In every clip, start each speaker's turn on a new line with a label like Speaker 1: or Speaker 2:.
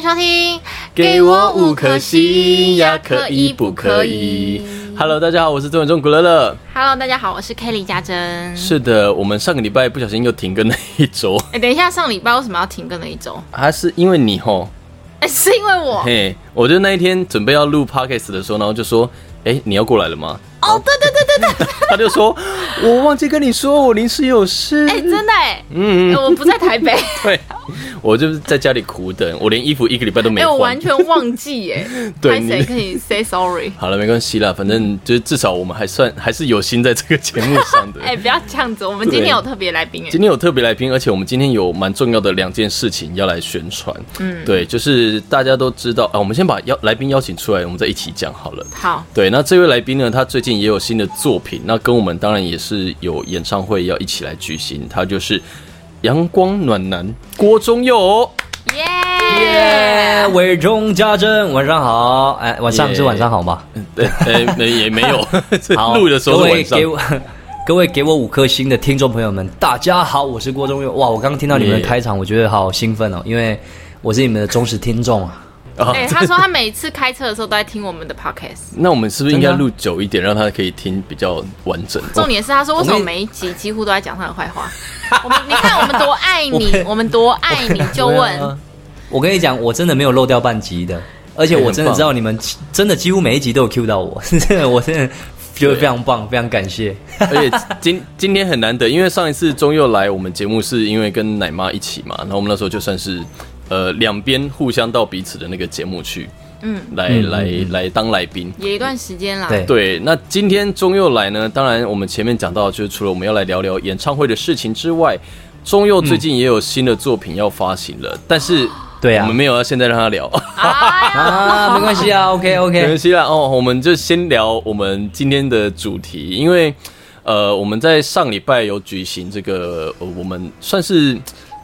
Speaker 1: 收听，
Speaker 2: 给我五颗星呀，可以不可以？Hello，大家好，我是周文忠古乐乐。
Speaker 1: ？Hello，大家好，我是 Kelly 家珍。
Speaker 2: 是的，我们上个礼拜不小心又停更了一周，
Speaker 1: 哎、等一下，上礼拜为什么要停更了一周？
Speaker 2: 还是因为你吼，
Speaker 1: 哎、是因为我
Speaker 2: 嘿，我就那一天准备要录 podcast 的时候，然后就说，哎、你要过来了吗？
Speaker 1: 哦，对对对对对，
Speaker 2: 他就说，我忘记跟你说，我临时有事。
Speaker 1: 哎、真的哎、
Speaker 2: 嗯，嗯，
Speaker 1: 哎我不在台北，
Speaker 2: 对，我就是在家里苦等，我连衣服一个礼拜都
Speaker 1: 哎、
Speaker 2: 没换。
Speaker 1: 我完全忘记哎、
Speaker 2: 对
Speaker 1: 拍谁可以 say sorry？
Speaker 2: 好了，没关系啦，反正就是至少我们还算还是有心在这个节目上 的。
Speaker 1: 哎、不要这样子，我们今天有特别来宾哎、
Speaker 2: 今天有特别来宾，而且我们今天有蛮重要的两件事情要来宣传。嗯，对，就是大家都知道啊，我们先把邀来宾邀请出来，我们再一起讲好了。
Speaker 1: 好，
Speaker 2: 对，那这位来宾呢，他最近也有新的作品，那跟我们当然也是有演唱会要一起来举行，他就是阳光暖男郭忠 佑。
Speaker 1: 耶、
Speaker 3: 耶，哎伟忠家珍，晚上好。哎，晚上是
Speaker 2: Yeah
Speaker 3: 晚上好 吗？
Speaker 2: 对，呃，没也没有，这
Speaker 3: 好，
Speaker 2: 录的时候
Speaker 3: 各
Speaker 2: 是
Speaker 3: 位
Speaker 2: 晚上
Speaker 3: 给。我。 各位给我五颗星的听众朋友们，大家好，我是郭忠佑。哇，我刚刚听到你们
Speaker 2: Yeah
Speaker 3: 的开场，我觉得好兴奋哦，因为我是你们的忠实听众啊。
Speaker 2: 啊
Speaker 1: 哎、他说他每次开车的时候都在听我们的 podcast。
Speaker 2: 那我们是不是应该
Speaker 3: 真的啊
Speaker 2: 录久一点，让他可以听比较完整？
Speaker 1: 重点是，他说为什么每一集几乎都在讲他的坏话？我们你看，我们多爱你，我们多爱你，就
Speaker 3: 对
Speaker 1: 问
Speaker 3: 啊，我跟你讲，我真的没有漏掉半集的，而
Speaker 2: 哎
Speaker 3: 且我真的知道你们真的几乎每一集都有 Q 到我，真的，我真的觉得非常棒，非常感谢。
Speaker 2: 而且今今天很难得，因为上一次中佑来我们节目是因为跟奶妈一起嘛，然后我们那时候就算是呃两边互相到彼此的那个节目去，嗯，来来来当来宾。
Speaker 1: 也一段时间啦。
Speaker 3: 对
Speaker 2: 对，那今天中佑来呢，当然我们前面讲到，就是除了我们要来聊聊演唱会的事情之外，中佑最近也有新的作品要发行了，但是
Speaker 3: 对啊
Speaker 2: 我们没有要现在让他聊。
Speaker 1: 啊，
Speaker 3: 啊，没关系啊，OK
Speaker 2: 没关
Speaker 3: OK，
Speaker 2: 系啦，哦，我们就先聊我们今天的主题，因为呃，我们在上礼拜有举行这个、呃我们算是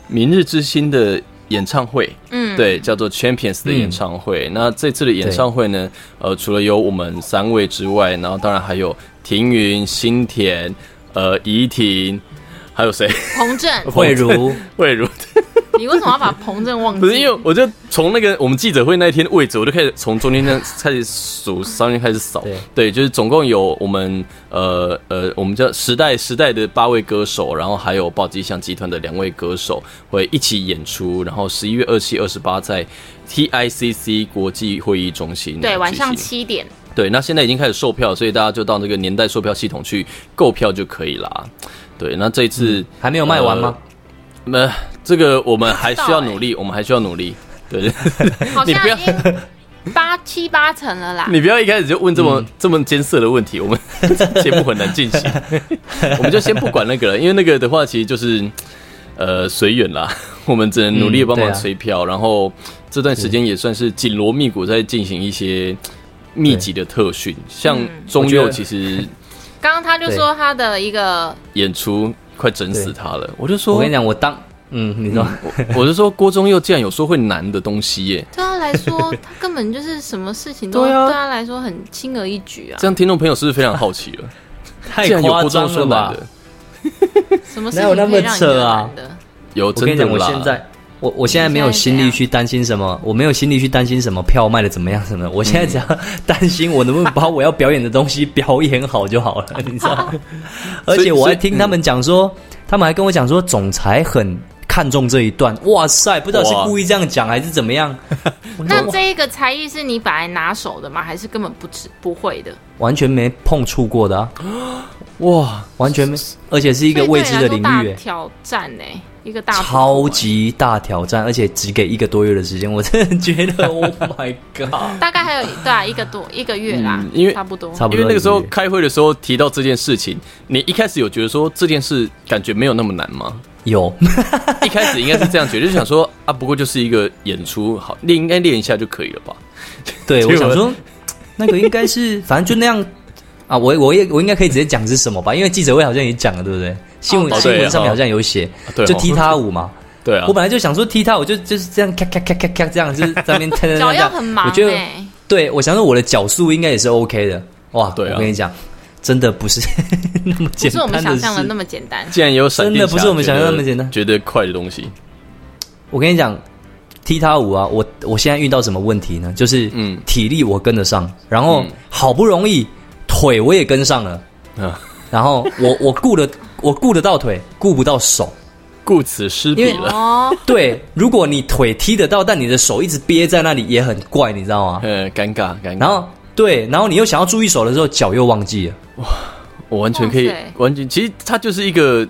Speaker 2: 明日之星的演唱会，
Speaker 1: 嗯，
Speaker 2: 对，叫做 Champions 的演唱会。那这次的演唱会呢，呃，除了有我们三位之外，然后当然还有庭云、新田、呃，怡婷，还有谁？
Speaker 1: 彭正，
Speaker 3: 慧茹，
Speaker 2: 魏如。
Speaker 1: 你为什么要把彭正忘记？
Speaker 2: 不是因为我就从那个我们记者会那一天位置，我就开始从中间那开始数，上面开始扫
Speaker 3: 对。
Speaker 2: 对，就是总共有我们呃呃，我们叫时代时代的八位歌手，然后还有暴击象集团的两位歌手会一起演出，然后十一月二七、二十八在 TICC 国际会议中心
Speaker 1: 对，晚上
Speaker 2: 举行
Speaker 1: 七点，
Speaker 2: 对，那现在已经开始售票，所以大家就到那个年代售票系统去购票就可以啦。对，那这一次
Speaker 3: 嗯还没有卖完吗？
Speaker 2: 那、呃这个我们还需要
Speaker 1: 不知道欸
Speaker 2: 努力，我们还需要努力。对。
Speaker 1: 好
Speaker 2: 你不要
Speaker 1: 像已经八七八成了啦。
Speaker 2: 你不要一开始就问这么、
Speaker 3: 嗯
Speaker 2: 这么艰涩的问题，我们 节目很难进 行。我们就先不管那个了，因为那个的话，其实就是呃随缘啦。 我们只能努力地帮忙
Speaker 3: 嗯对啊
Speaker 2: 催票，然后这段时间也算是紧锣密鼓在进行一些密集的特训，像中
Speaker 3: 嗯我觉
Speaker 2: 佑
Speaker 3: 得
Speaker 2: 其实
Speaker 1: 刚刚他就说他的一个，
Speaker 2: 演出快整死他了，呃我就说，
Speaker 3: 我跟你讲，我当嗯，你说。
Speaker 2: 我 我就说郭中佑竟然有说会难的东西 耶，
Speaker 1: 对他来说，他根本就是什么事情都
Speaker 2: 对
Speaker 1: 对
Speaker 2: 啊
Speaker 1: 他来说很轻而易举啊
Speaker 2: 这，样听众朋友是不是非常好奇了？
Speaker 3: 太
Speaker 2: 竟然有
Speaker 3: 夸
Speaker 2: 郭中佑
Speaker 3: 张
Speaker 2: 说
Speaker 3: 了
Speaker 2: 难
Speaker 3: 吧
Speaker 2: 的！，
Speaker 1: 什么事情
Speaker 3: 哪有那
Speaker 1: 可以
Speaker 3: 么
Speaker 1: 让你觉
Speaker 3: 扯
Speaker 1: 得
Speaker 3: 啊
Speaker 1: 难的？
Speaker 2: 有
Speaker 3: 我跟
Speaker 2: 真
Speaker 3: 你
Speaker 2: 的
Speaker 3: 讲，我
Speaker 2: 啦，
Speaker 3: 现在我我现在没有心力去担心什么，我没有心力去担心什么票卖的怎么样什么的，我现在只
Speaker 2: 嗯
Speaker 3: 要 担心我能不能把我要表演的东西表演好就好了， 你知道吗？而且我还听他们讲说，他们还跟我讲说，总裁很看重这一段，哇塞，不知道是
Speaker 2: 哇
Speaker 3: 故意这样讲还是怎 么样，
Speaker 1: 那这一个才艺是你本来拿手的吗？还是根本不知不会的？
Speaker 3: 完全没碰触过的啊，
Speaker 2: 哇。
Speaker 3: 完全没，而且是一
Speaker 1: 一
Speaker 3: 个未知的领域、欸。
Speaker 1: 挑战呢、一个大
Speaker 2: 啊
Speaker 1: 突破
Speaker 3: 超级大挑战，而且只给一个多月的时间，我真的觉得，Oh my god！
Speaker 1: 大概还有对啊，一个多一个月啦，
Speaker 2: 嗯因为
Speaker 1: 差不多。
Speaker 3: 差不多
Speaker 2: 因为那个时候
Speaker 3: 一月
Speaker 2: 开会的时候提到这件事情，你一开始有觉得说这件事感觉没有那么难 吗？
Speaker 3: 有，
Speaker 2: 一开始应该是这样觉得，就想说啊，不过就是一个演出，好练应该练一下就可以了吧？
Speaker 3: 对，
Speaker 2: 结
Speaker 3: 我
Speaker 2: 果
Speaker 3: 想说，那个应该 是，反正就那样啊。我我也我应该可以直接讲是什么吧，因为记者会好像也讲了，对不对？新闻、
Speaker 1: 哦对
Speaker 3: 新
Speaker 2: 对
Speaker 3: 闻上面
Speaker 2: 哦
Speaker 3: 好像有写，
Speaker 2: 对哦
Speaker 3: 就踢踏舞嘛。
Speaker 2: 对啊
Speaker 3: 我，本来就想说踢踏舞就就是这样咔咔咔咔咔这样，就是在那 边踏踏踏
Speaker 1: 脚
Speaker 3: 踏
Speaker 1: 要很忙
Speaker 3: 我
Speaker 1: 哎、
Speaker 3: 觉得，对我想说我的脚速应该也是 OK 的。哇，
Speaker 2: 对啊
Speaker 3: 我跟你讲，真的不是 那么
Speaker 1: 不
Speaker 3: 简
Speaker 1: 是我
Speaker 3: 单
Speaker 1: 们想
Speaker 3: 的
Speaker 1: 象的那
Speaker 3: 事。
Speaker 1: 么简单。
Speaker 2: 既然也有闪电侠，
Speaker 3: 真的不是我们想象那么
Speaker 2: 觉得
Speaker 3: 简单
Speaker 2: 觉得快的东西。
Speaker 3: 我跟你讲，踢踏舞啊，我我现在遇到什么问题呢？就是嗯，体力我跟得上，然后好不容易腿我也跟上了，
Speaker 2: 嗯，
Speaker 3: 然后我我顾得我顾得到腿，顾不到手。
Speaker 2: 顾此失彼了。
Speaker 1: 哦，
Speaker 3: 对，如果你腿踢得到，但你的手一直憋在那里，也很怪，你知道 吗？
Speaker 2: 呃，尴尬，尴尬。
Speaker 3: 然后对，然后你又想要注意手的时候，脚又忘记了。
Speaker 2: 我完全可以
Speaker 1: 哇塞，
Speaker 2: 完全，其实它就是一个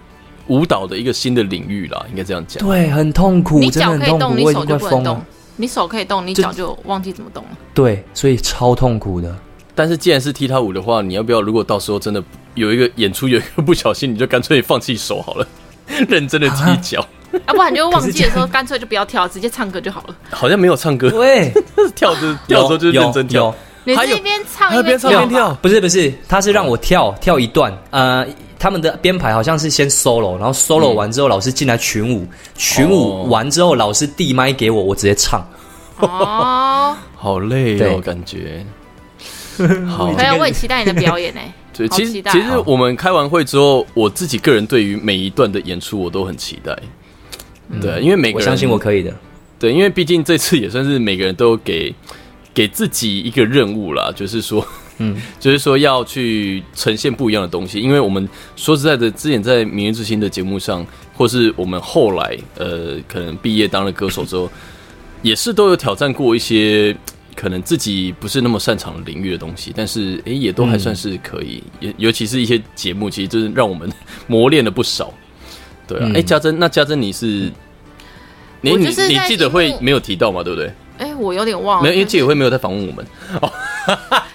Speaker 2: 舞蹈的一个新的领域啦，应该这样讲。
Speaker 3: 对，很痛苦，
Speaker 1: 你
Speaker 3: 真的
Speaker 1: 脚
Speaker 3: 很
Speaker 1: 可以
Speaker 3: 痛苦，
Speaker 1: 动，你
Speaker 3: 我已
Speaker 1: 手
Speaker 3: 经
Speaker 1: 就
Speaker 3: 快
Speaker 1: 不能
Speaker 3: 疯
Speaker 1: 动
Speaker 3: 了。。
Speaker 1: 你手可以动，你
Speaker 3: 这
Speaker 1: 脚就忘记怎么动了。
Speaker 3: 对，所以超痛苦的。
Speaker 2: 但是既然是踢踏舞的话，你要不要？如果到时候真的有一个演出，有一个不小心，你就干脆放弃手好了， 认真的踢脚。
Speaker 1: 啊，不然你就忘
Speaker 3: 可是
Speaker 1: 记的时候，干脆就不要跳，直接唱歌就好了。
Speaker 2: 好像没有唱歌，
Speaker 3: 对，
Speaker 2: 跳着跳的时候就认真跳
Speaker 3: 有。
Speaker 1: 你
Speaker 2: 还
Speaker 1: 是
Speaker 2: 有
Speaker 1: 一边唱
Speaker 2: 还有
Speaker 1: 一
Speaker 2: 边
Speaker 1: 边
Speaker 2: 唱
Speaker 1: 吧
Speaker 2: 边跳，
Speaker 3: 不是不是，他是
Speaker 2: 哦
Speaker 3: 让我跳跳一段，呃，他们的编排好像是先 solo，然后 solo 完之后，老师进来群舞，群
Speaker 2: 嗯哦
Speaker 3: 舞完之后，老师递麦给我，我直接唱。
Speaker 1: 哦，
Speaker 2: 好累哦，
Speaker 3: 对
Speaker 2: 感觉。好，
Speaker 1: 朋啊友，我也期待你的表演呢。
Speaker 2: 对，
Speaker 1: 好
Speaker 2: 其
Speaker 1: 期
Speaker 2: 实
Speaker 1: 待哦
Speaker 2: 其实我们开完会之后，我自己个人对于每一段的演出我都很期待。对，因为每个
Speaker 3: 我
Speaker 2: 人哦
Speaker 3: 相信我可以的。
Speaker 2: 对，因为毕竟这次也算是每个人都有给给自己一个任务啦， 就是说，嗯， 就是说要去呈现不一样的东西。因为我们说实在的，之前在《明日之星》的节目上，或是我们后来呃，可能毕业当了歌手之后，也是都有挑战过一些。可能自己不是那么擅长领域的东西，但是诶、也都还算是可以。也、尤其是一些节目，其实就是让我们 磨练了不少。对啊，诶、
Speaker 3: 嗯
Speaker 2: 嘉珍，那嘉珍你是你
Speaker 1: 嗯我
Speaker 2: 你
Speaker 1: 就是
Speaker 2: 你
Speaker 1: 在
Speaker 2: 记者
Speaker 1: 荧
Speaker 2: 会
Speaker 1: 幕
Speaker 2: 没有提到嘛？对不对？
Speaker 1: 哎、我有点忘了，
Speaker 2: 没有，因为
Speaker 1: 就是
Speaker 2: 记者会没有在访问我们。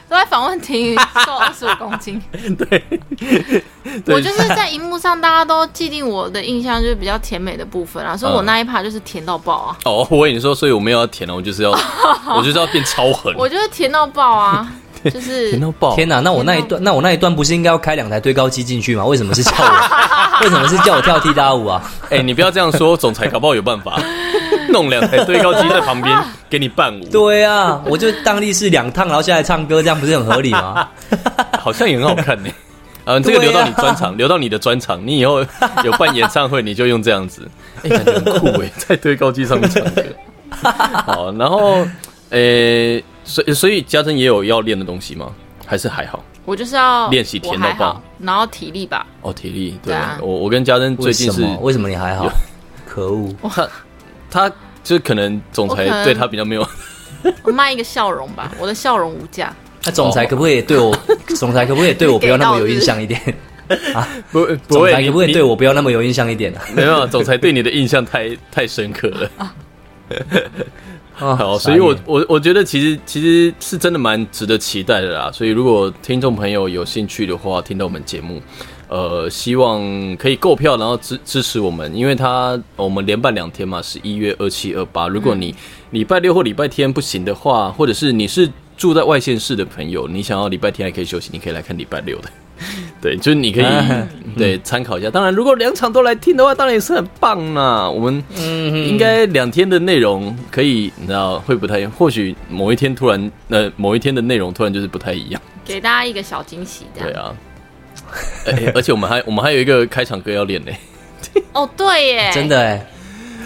Speaker 1: 都在访问婷宇瘦二十五公 斤。
Speaker 2: 对
Speaker 1: 我就是在荧幕上，大家都既定我的印象就是比较甜美的部分
Speaker 2: 嗯
Speaker 1: 啊，所以我那一趴就是甜到爆啊，
Speaker 2: 哦，我跟你说，所以我没有要舔了，我就 是要，我就是要变超狠，
Speaker 1: 我就是甜到爆 啊，就是
Speaker 2: 舔到爆。
Speaker 3: 天哪，那我那一段，那我那一段不是应该要开两台堆高机进去吗？为什么是叫 我？为什么是叫我跳踢踏舞啊？
Speaker 2: 哎、你不要这样说，总裁搞不好有办 法，弄两台堆高机在旁边给你伴舞，
Speaker 3: 对啊，我就当力士两趟，然后下来唱歌，这样不是很合理吗？
Speaker 2: 好像也很好看 呢。嗯，这个留到你专场，留到你的专场，你以 后有办演唱会，你就用这样子，哎、感觉很酷哎， 在堆高机上面唱 歌。好，然后，呃、所以所以家珍也有要练的东西吗？还是还好？
Speaker 1: 我就是要
Speaker 2: 练习甜到爆
Speaker 1: 我还好，然后体力吧，
Speaker 2: 哦，体力，对
Speaker 1: 对啊
Speaker 2: 我我跟家珍 最
Speaker 3: 为
Speaker 2: 近是
Speaker 3: 什么？为什么你还好？可恶！
Speaker 2: 他他就可能总裁
Speaker 1: 我可能
Speaker 2: 对他比较没有，
Speaker 1: 我卖一个笑容吧，我的笑容无价。
Speaker 3: 那总裁可不可以对我，
Speaker 2: 哦
Speaker 3: 总裁可不可以对我不要那么有印象一点？
Speaker 2: 不 不
Speaker 3: 总
Speaker 2: 会
Speaker 3: 裁可不可以对
Speaker 2: 我
Speaker 3: 我不要那么有印象一点啊？
Speaker 2: 没有总裁对你的印象太太深刻了。
Speaker 3: 啊
Speaker 2: 好，
Speaker 3: 傻
Speaker 2: 所以我
Speaker 3: 眼
Speaker 2: 我我觉得其实其实是真的蛮值得期待的啦。所以如果听众朋友有兴趣的话，听到我们节目，呃，希望可以购票，然后支支持我们，因为他我们连办两天嘛，十一月二七二八。如果
Speaker 3: 嗯
Speaker 2: 你礼拜六或礼拜天不行的话，或者是你是住在外县市的朋友，你想要礼拜天还可以休息，你可以来看礼拜六的。 对，就是你可以、
Speaker 3: 啊
Speaker 2: 对参考一下。当然，如果两场都来听的话，当然也是很棒啦。我
Speaker 3: 嗯
Speaker 2: 们
Speaker 1: 嗯
Speaker 2: 应该两天的内容可以，你知道会不太一样，或许某一天突然，呃，某一天的内容突然就是不太一样。
Speaker 1: 给大家一个小惊喜，这
Speaker 2: 对
Speaker 1: 样
Speaker 2: 啊，哎而且我们还我们还有一个开场歌要练呢、
Speaker 1: 哦，对耶，
Speaker 3: 真的哎，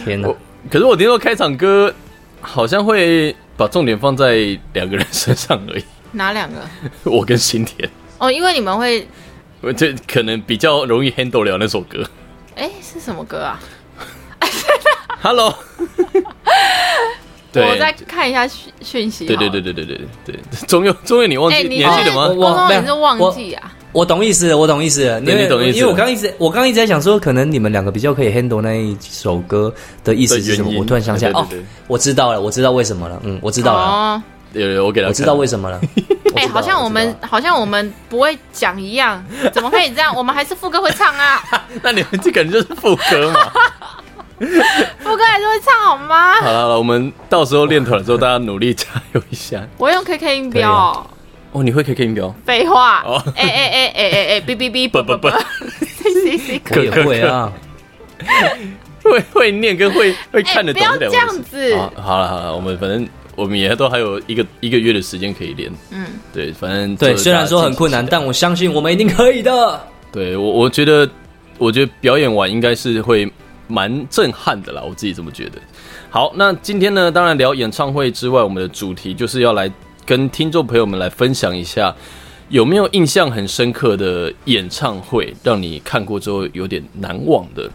Speaker 3: 天哪
Speaker 2: 我！可是我听说开场歌好像会把重点放在两个人身上而已，
Speaker 1: 哪两个？
Speaker 2: 我跟新田，
Speaker 1: 哦，因为你们会，
Speaker 2: 我这可能比较容易 handle 了那首歌。
Speaker 1: 哎，是什么歌啊？
Speaker 2: Hello，对
Speaker 1: 我再看一下讯讯息。
Speaker 2: 对对对，对对对对对，中佑中佑，你忘记、
Speaker 1: 哎，
Speaker 2: 你
Speaker 1: 是
Speaker 2: 还记得吗？
Speaker 1: 我
Speaker 3: 我
Speaker 1: 说你
Speaker 3: 没
Speaker 1: 是
Speaker 3: 有
Speaker 1: 忘
Speaker 3: 我
Speaker 1: 记啊？
Speaker 3: 我懂意思了，我懂意思了，因
Speaker 2: 对
Speaker 3: 为
Speaker 2: 你懂意思了
Speaker 3: 因为我刚一直我刚一直在想说，可能你们两个比较可以 handle 那一首歌的意思是什
Speaker 2: 的
Speaker 3: 么
Speaker 2: 原？因
Speaker 3: 我突然想起来，
Speaker 2: 对对
Speaker 3: 哦
Speaker 2: 对，
Speaker 3: 我知道了，我知道为什么了，嗯，我知道了，
Speaker 1: 哦，
Speaker 2: 有有，我给他看，
Speaker 3: 我知道为什么 了。我
Speaker 1: 哎、
Speaker 3: 知道
Speaker 1: 好像我们好像我们不会讲一 样，怎么可以这样？我们还是副歌会唱啊，
Speaker 2: 那你们这个人就是副歌嘛。
Speaker 1: 副歌还是会唱好吗？
Speaker 2: 好了好了，我们到时候练团的时候，大家努力加油一下。
Speaker 1: 我用 KK 音标
Speaker 3: 啊
Speaker 1: 哦，
Speaker 2: 哦，你会 K K 音标？
Speaker 1: 废话
Speaker 2: 哦，
Speaker 1: 哎哎哎哎哎哎哔哔哔，
Speaker 2: 不不不
Speaker 1: ，C C C，
Speaker 3: 我也会啊，
Speaker 2: 会会念跟会会
Speaker 1: 哎
Speaker 2: 看得
Speaker 1: 不
Speaker 2: 懂
Speaker 1: 要
Speaker 2: 是两
Speaker 1: 这
Speaker 2: 回
Speaker 1: 样
Speaker 2: 事。
Speaker 1: 子，
Speaker 3: 哦
Speaker 2: 好好了好了，我们反正我们也都还有一个一个月的时间可以练。
Speaker 1: 嗯，
Speaker 2: 对，反正
Speaker 3: 对，
Speaker 2: 就
Speaker 3: 虽然说很困难，
Speaker 2: 大家
Speaker 3: 但我相信我们一定可以的。
Speaker 2: 对我我觉得我觉得表演完应该是会蛮震撼的啦，我自己这么觉得。好，那今天呢，当然聊演唱会之外，我们的主题就是要来跟听众朋友们来分享一下，有没有印象很深刻的演唱会，让你看过之后有点难忘的？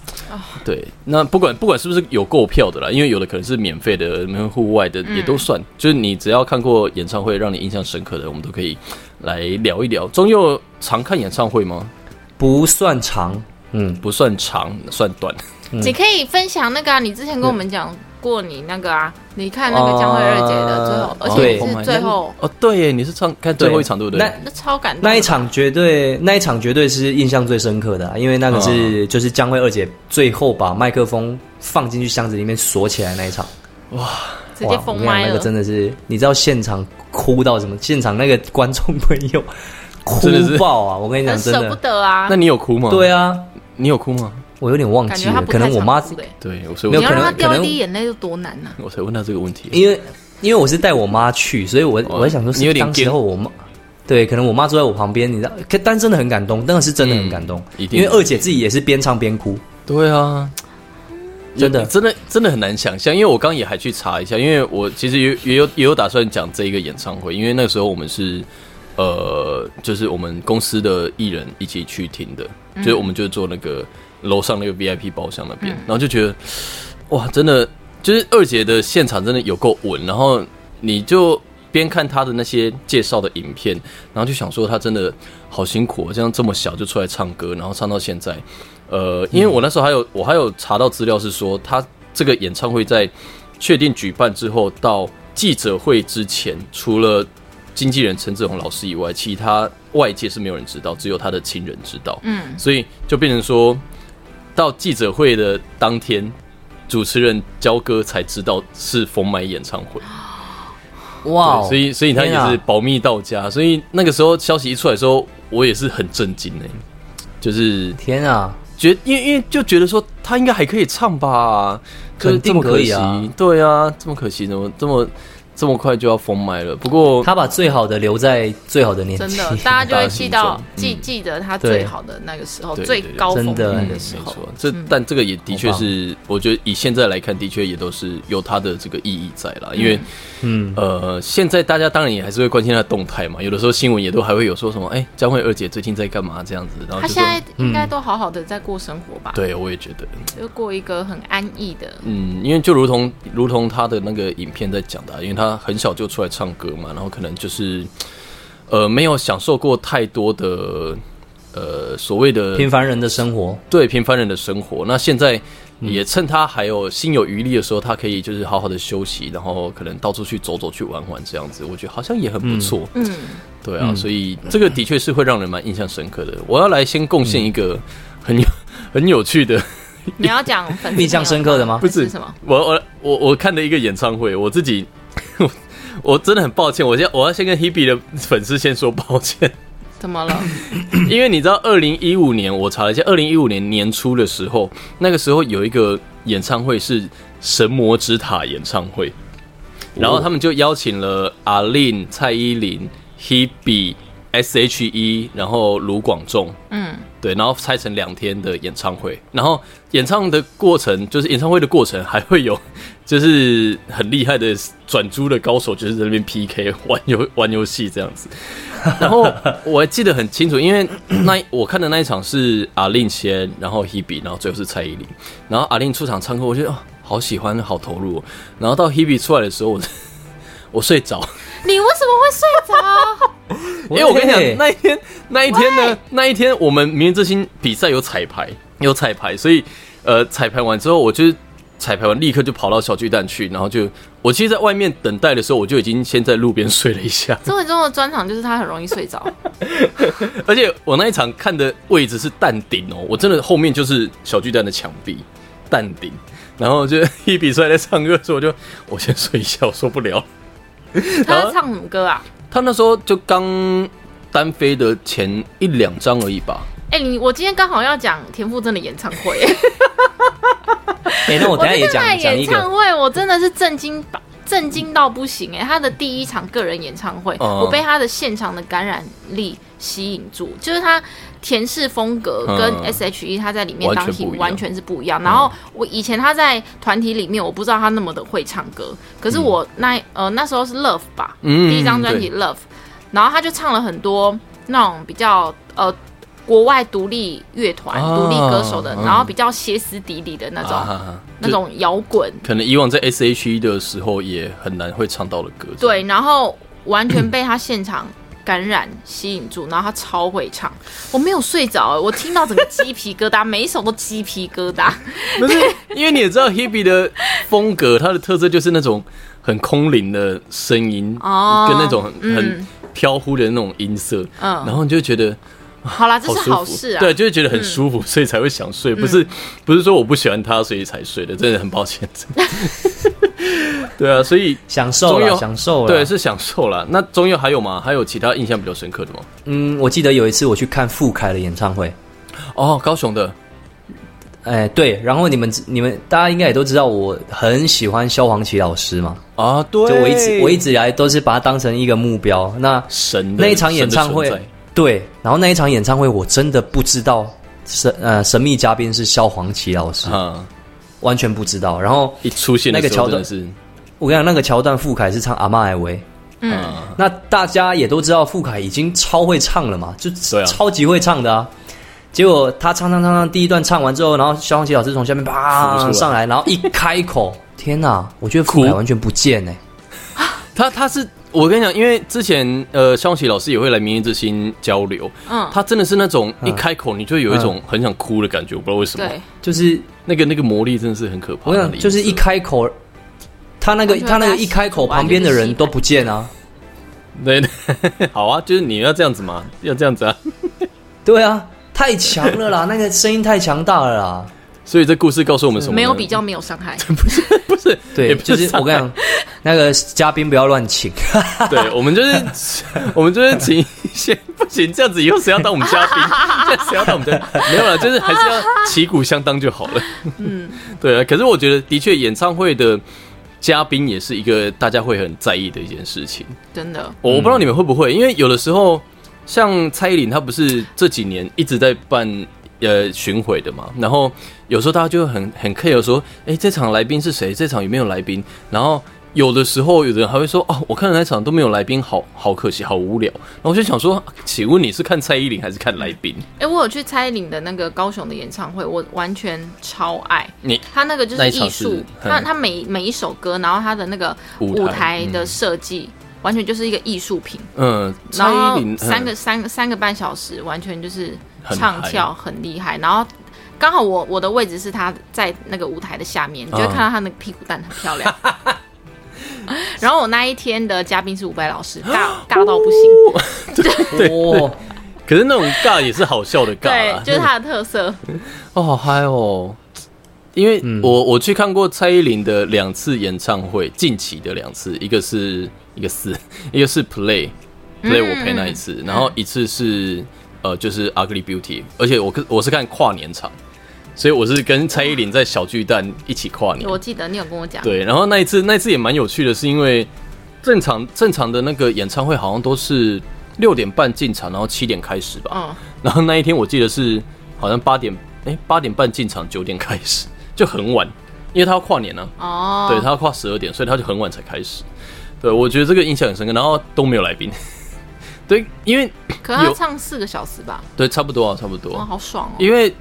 Speaker 2: 对，那不管不管是不是有购票的啦，因为有的可能是免费的，没有户外的也都算，就是你只要看过演唱会让你印象深刻的，我们都可以来聊一聊。中佑常看演唱会吗？
Speaker 3: 不算长，嗯，
Speaker 2: 不算长，算短。
Speaker 1: 你可以分享那个、啊，你之前跟我们讲过你那个啊，你看那个江惠瑞姐的最后，
Speaker 3: 哦
Speaker 1: 而且你是最后，
Speaker 2: 哦，对耶，你是唱看最后一场对不对？
Speaker 3: 那
Speaker 1: 那超感动的。
Speaker 3: Oh 那一场绝对，那一场绝对是印象最深刻的啊、因为那个是、就是江惠二姐最后把麦克风放进去箱子里面锁起来那一场，
Speaker 1: 直接封
Speaker 3: 哇我跟你
Speaker 1: 麦
Speaker 3: 讲那
Speaker 1: 了
Speaker 3: 个，真的是，你知道现场哭到什么？现场那个观众朋友哭
Speaker 2: 真的是
Speaker 3: 爆啊！我跟你讲，
Speaker 1: 很
Speaker 3: 真
Speaker 1: 舍不
Speaker 3: 的，
Speaker 1: 得啊
Speaker 2: 那。你有哭吗？
Speaker 3: 对啊，
Speaker 2: 你有哭吗？
Speaker 3: 我有点忘
Speaker 1: 感
Speaker 3: 记
Speaker 1: 觉他
Speaker 3: 了，
Speaker 1: 不
Speaker 3: 可
Speaker 1: 太
Speaker 3: 能我妈
Speaker 1: 常哭的欸
Speaker 2: 对，我所以
Speaker 3: 没
Speaker 1: 你
Speaker 2: 我
Speaker 3: 有
Speaker 1: 要
Speaker 3: 可
Speaker 1: 让
Speaker 3: 能
Speaker 1: 他掉
Speaker 3: 可
Speaker 1: 一
Speaker 3: 能
Speaker 1: 滴眼泪有多难啊呐、
Speaker 2: 我才问他这个问题。啊
Speaker 3: 因为因为我是带我妈去，所以我
Speaker 2: 哦
Speaker 3: 我在想说，
Speaker 2: 你有点
Speaker 3: 当时候我妈对，可能我妈坐在我旁边，你知道，可但真的很感动，那个是真的很感动，
Speaker 2: 嗯一定
Speaker 3: 因为二姐自己也是边唱边哭，
Speaker 2: 对啊，
Speaker 3: 真的
Speaker 2: 有真的真的很难想象，因为我刚刚也还去查一下，因为我其实也也有也有打算讲这一个演唱会，因为那时候我们是呃，就是我们公司的艺人一起去听的，
Speaker 3: 嗯
Speaker 2: 就是我们就坐那个楼上那个 VIP 包厢那边，然后就觉得哇，真的就是二姐的现场真的有够稳，然后你就边看她的那些介绍的影片，然后就想说她真的好辛苦哦，这样这么小就出来唱歌，然后唱到现在，呃，因为我那时候还有我还有查到资料是说，她这个演唱会在确定举办之后到记者会之前，除了经纪人陈志宏老师以外，其他外界是没有人知道，只有他的亲人知道。
Speaker 1: 嗯，
Speaker 2: 所以就变成说，到记者会的当天，主持人焦哥才知道是冯买演唱会，
Speaker 3: 哇哦
Speaker 2: 对
Speaker 3: 啊
Speaker 2: 所以所以他也是保密到家，所以那个时候消息一出来的时候，我也是很震惊哎、就是
Speaker 3: 天啊，
Speaker 2: 觉因为因为就觉得说他应该还可以唱吧，
Speaker 3: 可
Speaker 2: 就
Speaker 3: 能
Speaker 2: 是
Speaker 3: 这
Speaker 2: 定
Speaker 3: 么
Speaker 2: 可
Speaker 3: 可以
Speaker 2: 惜，
Speaker 3: 啊
Speaker 2: 对啊，这么可惜，怎么这么这么快就要封麦了？不过
Speaker 3: 她把最好的留在最好的年
Speaker 1: 真
Speaker 3: 纪，
Speaker 1: 的，大家就会记到
Speaker 2: 嗯
Speaker 1: 记记得他
Speaker 3: 对
Speaker 1: 最好的那个时候，
Speaker 2: 对
Speaker 1: 最高峰
Speaker 3: 真的
Speaker 1: 那
Speaker 2: 嗯，
Speaker 1: 个
Speaker 2: 没
Speaker 1: 时
Speaker 2: 错
Speaker 1: 候。，
Speaker 2: 这但这个也的确是，我觉得以现在来看，的确也都是有它的这个意义在啦。因为
Speaker 3: 嗯，
Speaker 2: 呃，现在大家当然也还是会关心它的动态嘛，有的时候新闻也都还会有说什么，哎，江惠二姐最近在干嘛这样子，然后
Speaker 1: 他
Speaker 2: 就
Speaker 1: 现
Speaker 2: 说，
Speaker 1: 在应该都好好的在过生活吧？，
Speaker 2: 对我也觉得，
Speaker 1: 就过一个很安逸的。
Speaker 2: 嗯，因为就如同如同他的那个影片在讲的啊、因为他很小就出来唱歌嘛，然后可能就是呃没有享受过太多的呃所谓的
Speaker 3: 平凡人的生活，
Speaker 2: 对平凡人的生活。那现在也趁他还有心有余力的时候，他可以就是好好的休息，然后可能到处去走走、去玩玩这样子，我觉得好像也很不错。
Speaker 1: 嗯，
Speaker 2: 对啊，所以这个的确是会让人蛮印象深刻的。我要来先贡献一个很有、 很有趣的，
Speaker 1: 你要讲粉丝朋友
Speaker 3: 印象深刻的吗
Speaker 1: 不
Speaker 2: 不
Speaker 1: 是
Speaker 2: 是
Speaker 1: 什么？
Speaker 2: 我我我我看的一个演唱会，我自己 我我真的很抱歉，我先我要先跟 Hebe 的粉丝先说抱歉。
Speaker 1: 怎么了？
Speaker 2: 因为你知道，二零一五年我查了一下，二零一五年年初的时候，那个时候有一个演唱会是神魔之塔演唱会，然后他们就邀请了阿令、蔡依林、Hebe、S.H.E，然后卢广仲，
Speaker 1: 嗯，
Speaker 2: 对，然后拆成两天的演唱会，然后演唱的过程就是演唱会的过程还会有，就是很厉害的转租的高手，就是在那边 PK 玩游玩游戏这样子。 然后我还记得很清楚，因为那我看的那一场是阿令先，然后 Hebe，然后最后是蔡依林，然后阿令出场唱歌，我觉得哦好喜欢，好投入、哦。然后到 Hebe 出来的时候，我 我睡着。
Speaker 1: 你为什么会睡着？
Speaker 2: 哎因
Speaker 3: 因
Speaker 2: 为我跟你讲，那一天那一天呢，那一天我们明日之星比赛有彩排，有彩排，所以呃，彩排完之后，我就是彩排完立刻就跑到小巨蛋去，然后就我其实，在外面等待的时候，我就已经先在路边睡了一下，
Speaker 1: 周伟忠的专场就是他很容易睡着，
Speaker 2: 而且我那一场看的位置是蛋顶哦，我真的后面就是小巨蛋的墙壁，蛋顶，然后就一比赛在唱歌的时候，我就我先睡一下，我受不了了。
Speaker 1: 他在唱什么歌啊？
Speaker 2: 他那时候就刚单飞的前一两张而已吧，
Speaker 1: 哎、你我今天刚好要讲田馥甄的演唱会，
Speaker 3: 哎、那我等一下也
Speaker 1: 我那
Speaker 3: 讲
Speaker 1: 个
Speaker 3: 讲
Speaker 1: 演
Speaker 3: 一
Speaker 1: 唱
Speaker 3: 个，
Speaker 1: 会，我真的是震惊吧，震惊到不行哎、欸！他的第一场个人演唱会，嗯、我被他的现场的感染力吸引住，就是他田氏风格跟
Speaker 2: 嗯
Speaker 1: S.H.E 他在里面
Speaker 2: 完全
Speaker 1: 当 T
Speaker 2: 不一样
Speaker 1: 完全是不一样。然后我以前他在团体里面，我不知道他那么的会唱歌，可是我那呃那时候是 Love 吧，
Speaker 2: 嗯
Speaker 1: 第一张专辑 Love，然后他就唱了很多那种比较呃。国外独立乐团、
Speaker 2: 啊
Speaker 1: 独立歌手的，
Speaker 2: 嗯
Speaker 1: 然后比较歇斯底里的那种、
Speaker 2: 啊，
Speaker 1: 那种摇滚，
Speaker 2: 可能以往在 S.H.E 的时候也很难会唱到的歌。
Speaker 1: 对，然后完全被他现场感染吸引住，然后他超会唱，我没有睡着、我听到整个鸡皮疙瘩， 每一首都鸡皮疙瘩。
Speaker 2: 不是，因为你也知道 Hebe 的风格，它的特色就是那种很空灵的声音，
Speaker 1: 哦
Speaker 2: 跟那种很
Speaker 1: 嗯
Speaker 2: 很飘忽的那种音色，
Speaker 1: 嗯
Speaker 2: 然后你就觉得
Speaker 1: 好啦，这
Speaker 2: 好
Speaker 1: 是
Speaker 2: 舒
Speaker 1: 好
Speaker 2: 服，
Speaker 1: 事啊。嗯
Speaker 2: 对，就是觉得很舒服，所以才会想睡，不是不是说我不喜欢他，所以才睡的，真的很抱歉， 真的对啊，所以。
Speaker 3: 享受
Speaker 2: 终于
Speaker 3: 了，
Speaker 2: 有
Speaker 3: 享受了。
Speaker 2: 对，是享受啦。那中佑还有吗？还有其他印象比较深刻的吗？
Speaker 3: 嗯，我记得有一次我去看傅凯的演唱会，
Speaker 2: 哦，高雄的，
Speaker 3: 哎，对，然后你们你们大家应该也都知道，我很喜欢萧煌奇老师嘛，
Speaker 2: 啊，对，
Speaker 3: 就我一直我一直以来都是把他当成一个目标。那
Speaker 2: 神的
Speaker 3: 那一场演唱会
Speaker 2: 神的存，
Speaker 3: 对，然后那一场演唱会我真的不知道神呃神秘嘉宾是萧煌奇老师
Speaker 2: 在，啊，
Speaker 3: 完全不知道。然后
Speaker 2: 一出现的
Speaker 3: 那个
Speaker 2: 时候
Speaker 3: 桥
Speaker 2: 真
Speaker 3: 段
Speaker 2: 的是，
Speaker 3: 我跟你讲，那个桥段傅凯是唱《阿妈艾维》，
Speaker 1: 嗯，
Speaker 2: 啊
Speaker 3: 那大家也都知道傅凯已经超会唱了嘛，就
Speaker 2: 对啊
Speaker 3: 超级会唱的啊。结果他唱唱唱唱，第一段唱完之后，然后萧煌奇老师从下面
Speaker 2: 浮出
Speaker 3: 啪
Speaker 2: 来
Speaker 3: 上来，然后一开口，天哪！我觉得傅凯
Speaker 2: 哭
Speaker 3: 完全不见哎、
Speaker 2: 他他是我跟你讲，因为之前呃，肖启老师也会来《明日之星》交流，
Speaker 1: 嗯
Speaker 2: 他真的是那种一开口你就有一
Speaker 3: 嗯
Speaker 2: 种很想哭的感觉，我不知道为什么
Speaker 1: 对，，
Speaker 3: 就是
Speaker 2: 那个那个魔力真的是很可怕。
Speaker 3: 我
Speaker 2: 那
Speaker 3: 想
Speaker 2: 个意思
Speaker 3: 就是一开口，他那个
Speaker 1: 完全
Speaker 3: 他那
Speaker 1: 把
Speaker 3: 个
Speaker 1: 他
Speaker 3: 一开口，
Speaker 1: 洗出来
Speaker 3: 旁边的
Speaker 1: 就是
Speaker 3: 人
Speaker 1: 洗
Speaker 3: 都
Speaker 1: 白
Speaker 3: 不见啊。
Speaker 2: 对， 对好啊，就是你要这样子嘛，要这样子啊，
Speaker 3: 对啊，太强 了啦，那个声音太强大了啦。
Speaker 2: 所以这故事告诉我们什么呢？
Speaker 1: 没有比较，没有伤害。
Speaker 2: 不是
Speaker 3: 对，
Speaker 2: 也不
Speaker 3: 就是
Speaker 2: 伤
Speaker 3: 我跟你讲，那个嘉宾不要乱请。
Speaker 2: 害对我们就是 我们就是请一些不行，这样子以后谁要当我们嘉宾？ 这样谁要当我们嘉宾？没有了，就是还是要旗鼓相当就好了。嗯， 对啊。可是我觉得的确，演唱会的嘉宾也是一个大家会很在意的一件事情。
Speaker 1: 真的，
Speaker 2: 哦我我不知道你们会不会，因为有的时候像蔡依林，她不是这几年一直在办呃巡回的嘛，然后有时候大家就会很很 care 说，哎、这场来宾是谁？这场有没有来宾？然后有的时候有的人还会说，哦，我看了那场都没有来宾，好好可惜，好无聊。然后我就想说，啊请问你是看蔡依林还是看来宾？
Speaker 1: 哎、我有去蔡依林的那个高雄的演唱会，我完全超爱。
Speaker 2: 你
Speaker 1: 他那个就
Speaker 2: 那
Speaker 1: 是
Speaker 2: 一场
Speaker 1: 艺术
Speaker 2: 是，
Speaker 1: 他
Speaker 2: 嗯
Speaker 1: 他每每一首歌，然后他的那个
Speaker 2: 舞
Speaker 1: 舞
Speaker 2: 台
Speaker 1: 台
Speaker 2: 嗯
Speaker 1: 的设计，完全就是一个艺术品。
Speaker 2: 嗯，蔡
Speaker 1: 然后
Speaker 2: 依林
Speaker 1: 三
Speaker 2: 嗯
Speaker 1: 个三个三个半小时，完全就是
Speaker 2: 很
Speaker 1: 唱
Speaker 2: 嗨
Speaker 1: 跳很厉害。然后刚好我我的位置是他在那个舞台的下面，你就会
Speaker 2: 嗯
Speaker 1: 看到他那个屁股蛋很漂 亮。 然后我那一天的嘉宾是伍佰老 师，尬尬到不行。
Speaker 3: 哦，
Speaker 2: 可是那种尬也是好笑的尬啊
Speaker 1: 对
Speaker 2: 啦，，
Speaker 1: 就是他的特色。
Speaker 2: 哦，好嗨哦！因为我我去看过蔡依林的两次演唱会，近期的两次，一个是一个是一个是 Play Play 我陪那一次，然后一次是呃就是 Ugly Beauty，而且我跟我是看跨年场，所以我是跟蔡依林在小巨蛋一起跨年。
Speaker 1: 我记得你有跟我讲，
Speaker 2: 对，然后那一次那一次也蛮有趣的，是因为正常正常的那个演唱会好像都是六点半进场，然后七点开始吧。
Speaker 1: 嗯，
Speaker 2: 然后那一天我记得是好像八点，哎、八点半进场，九点开始， 就很晚，因为他要跨年呢、啊
Speaker 1: 哦，
Speaker 2: 对他要跨十二点，所以他就很晚才开始。对我觉得这个印象很深刻，然后都没有来宾， 对，因为
Speaker 1: 可是他
Speaker 2: 有
Speaker 1: 唱四个小时吧，
Speaker 2: 对差不多啊，差不多，
Speaker 1: 哇，好爽哦！
Speaker 2: 因为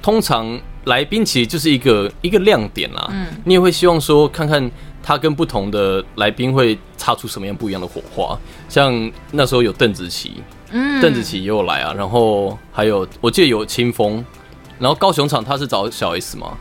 Speaker 2: 通常来宾其实就是一个一个亮点啦，嗯，你也会希望说看看他跟不同的来宾会擦出什么样不一样的火花。像那时候有邓紫棋，嗯，邓紫棋也有来啊，然后还有我记得有清风，然后高雄场他是找小 S 嘛，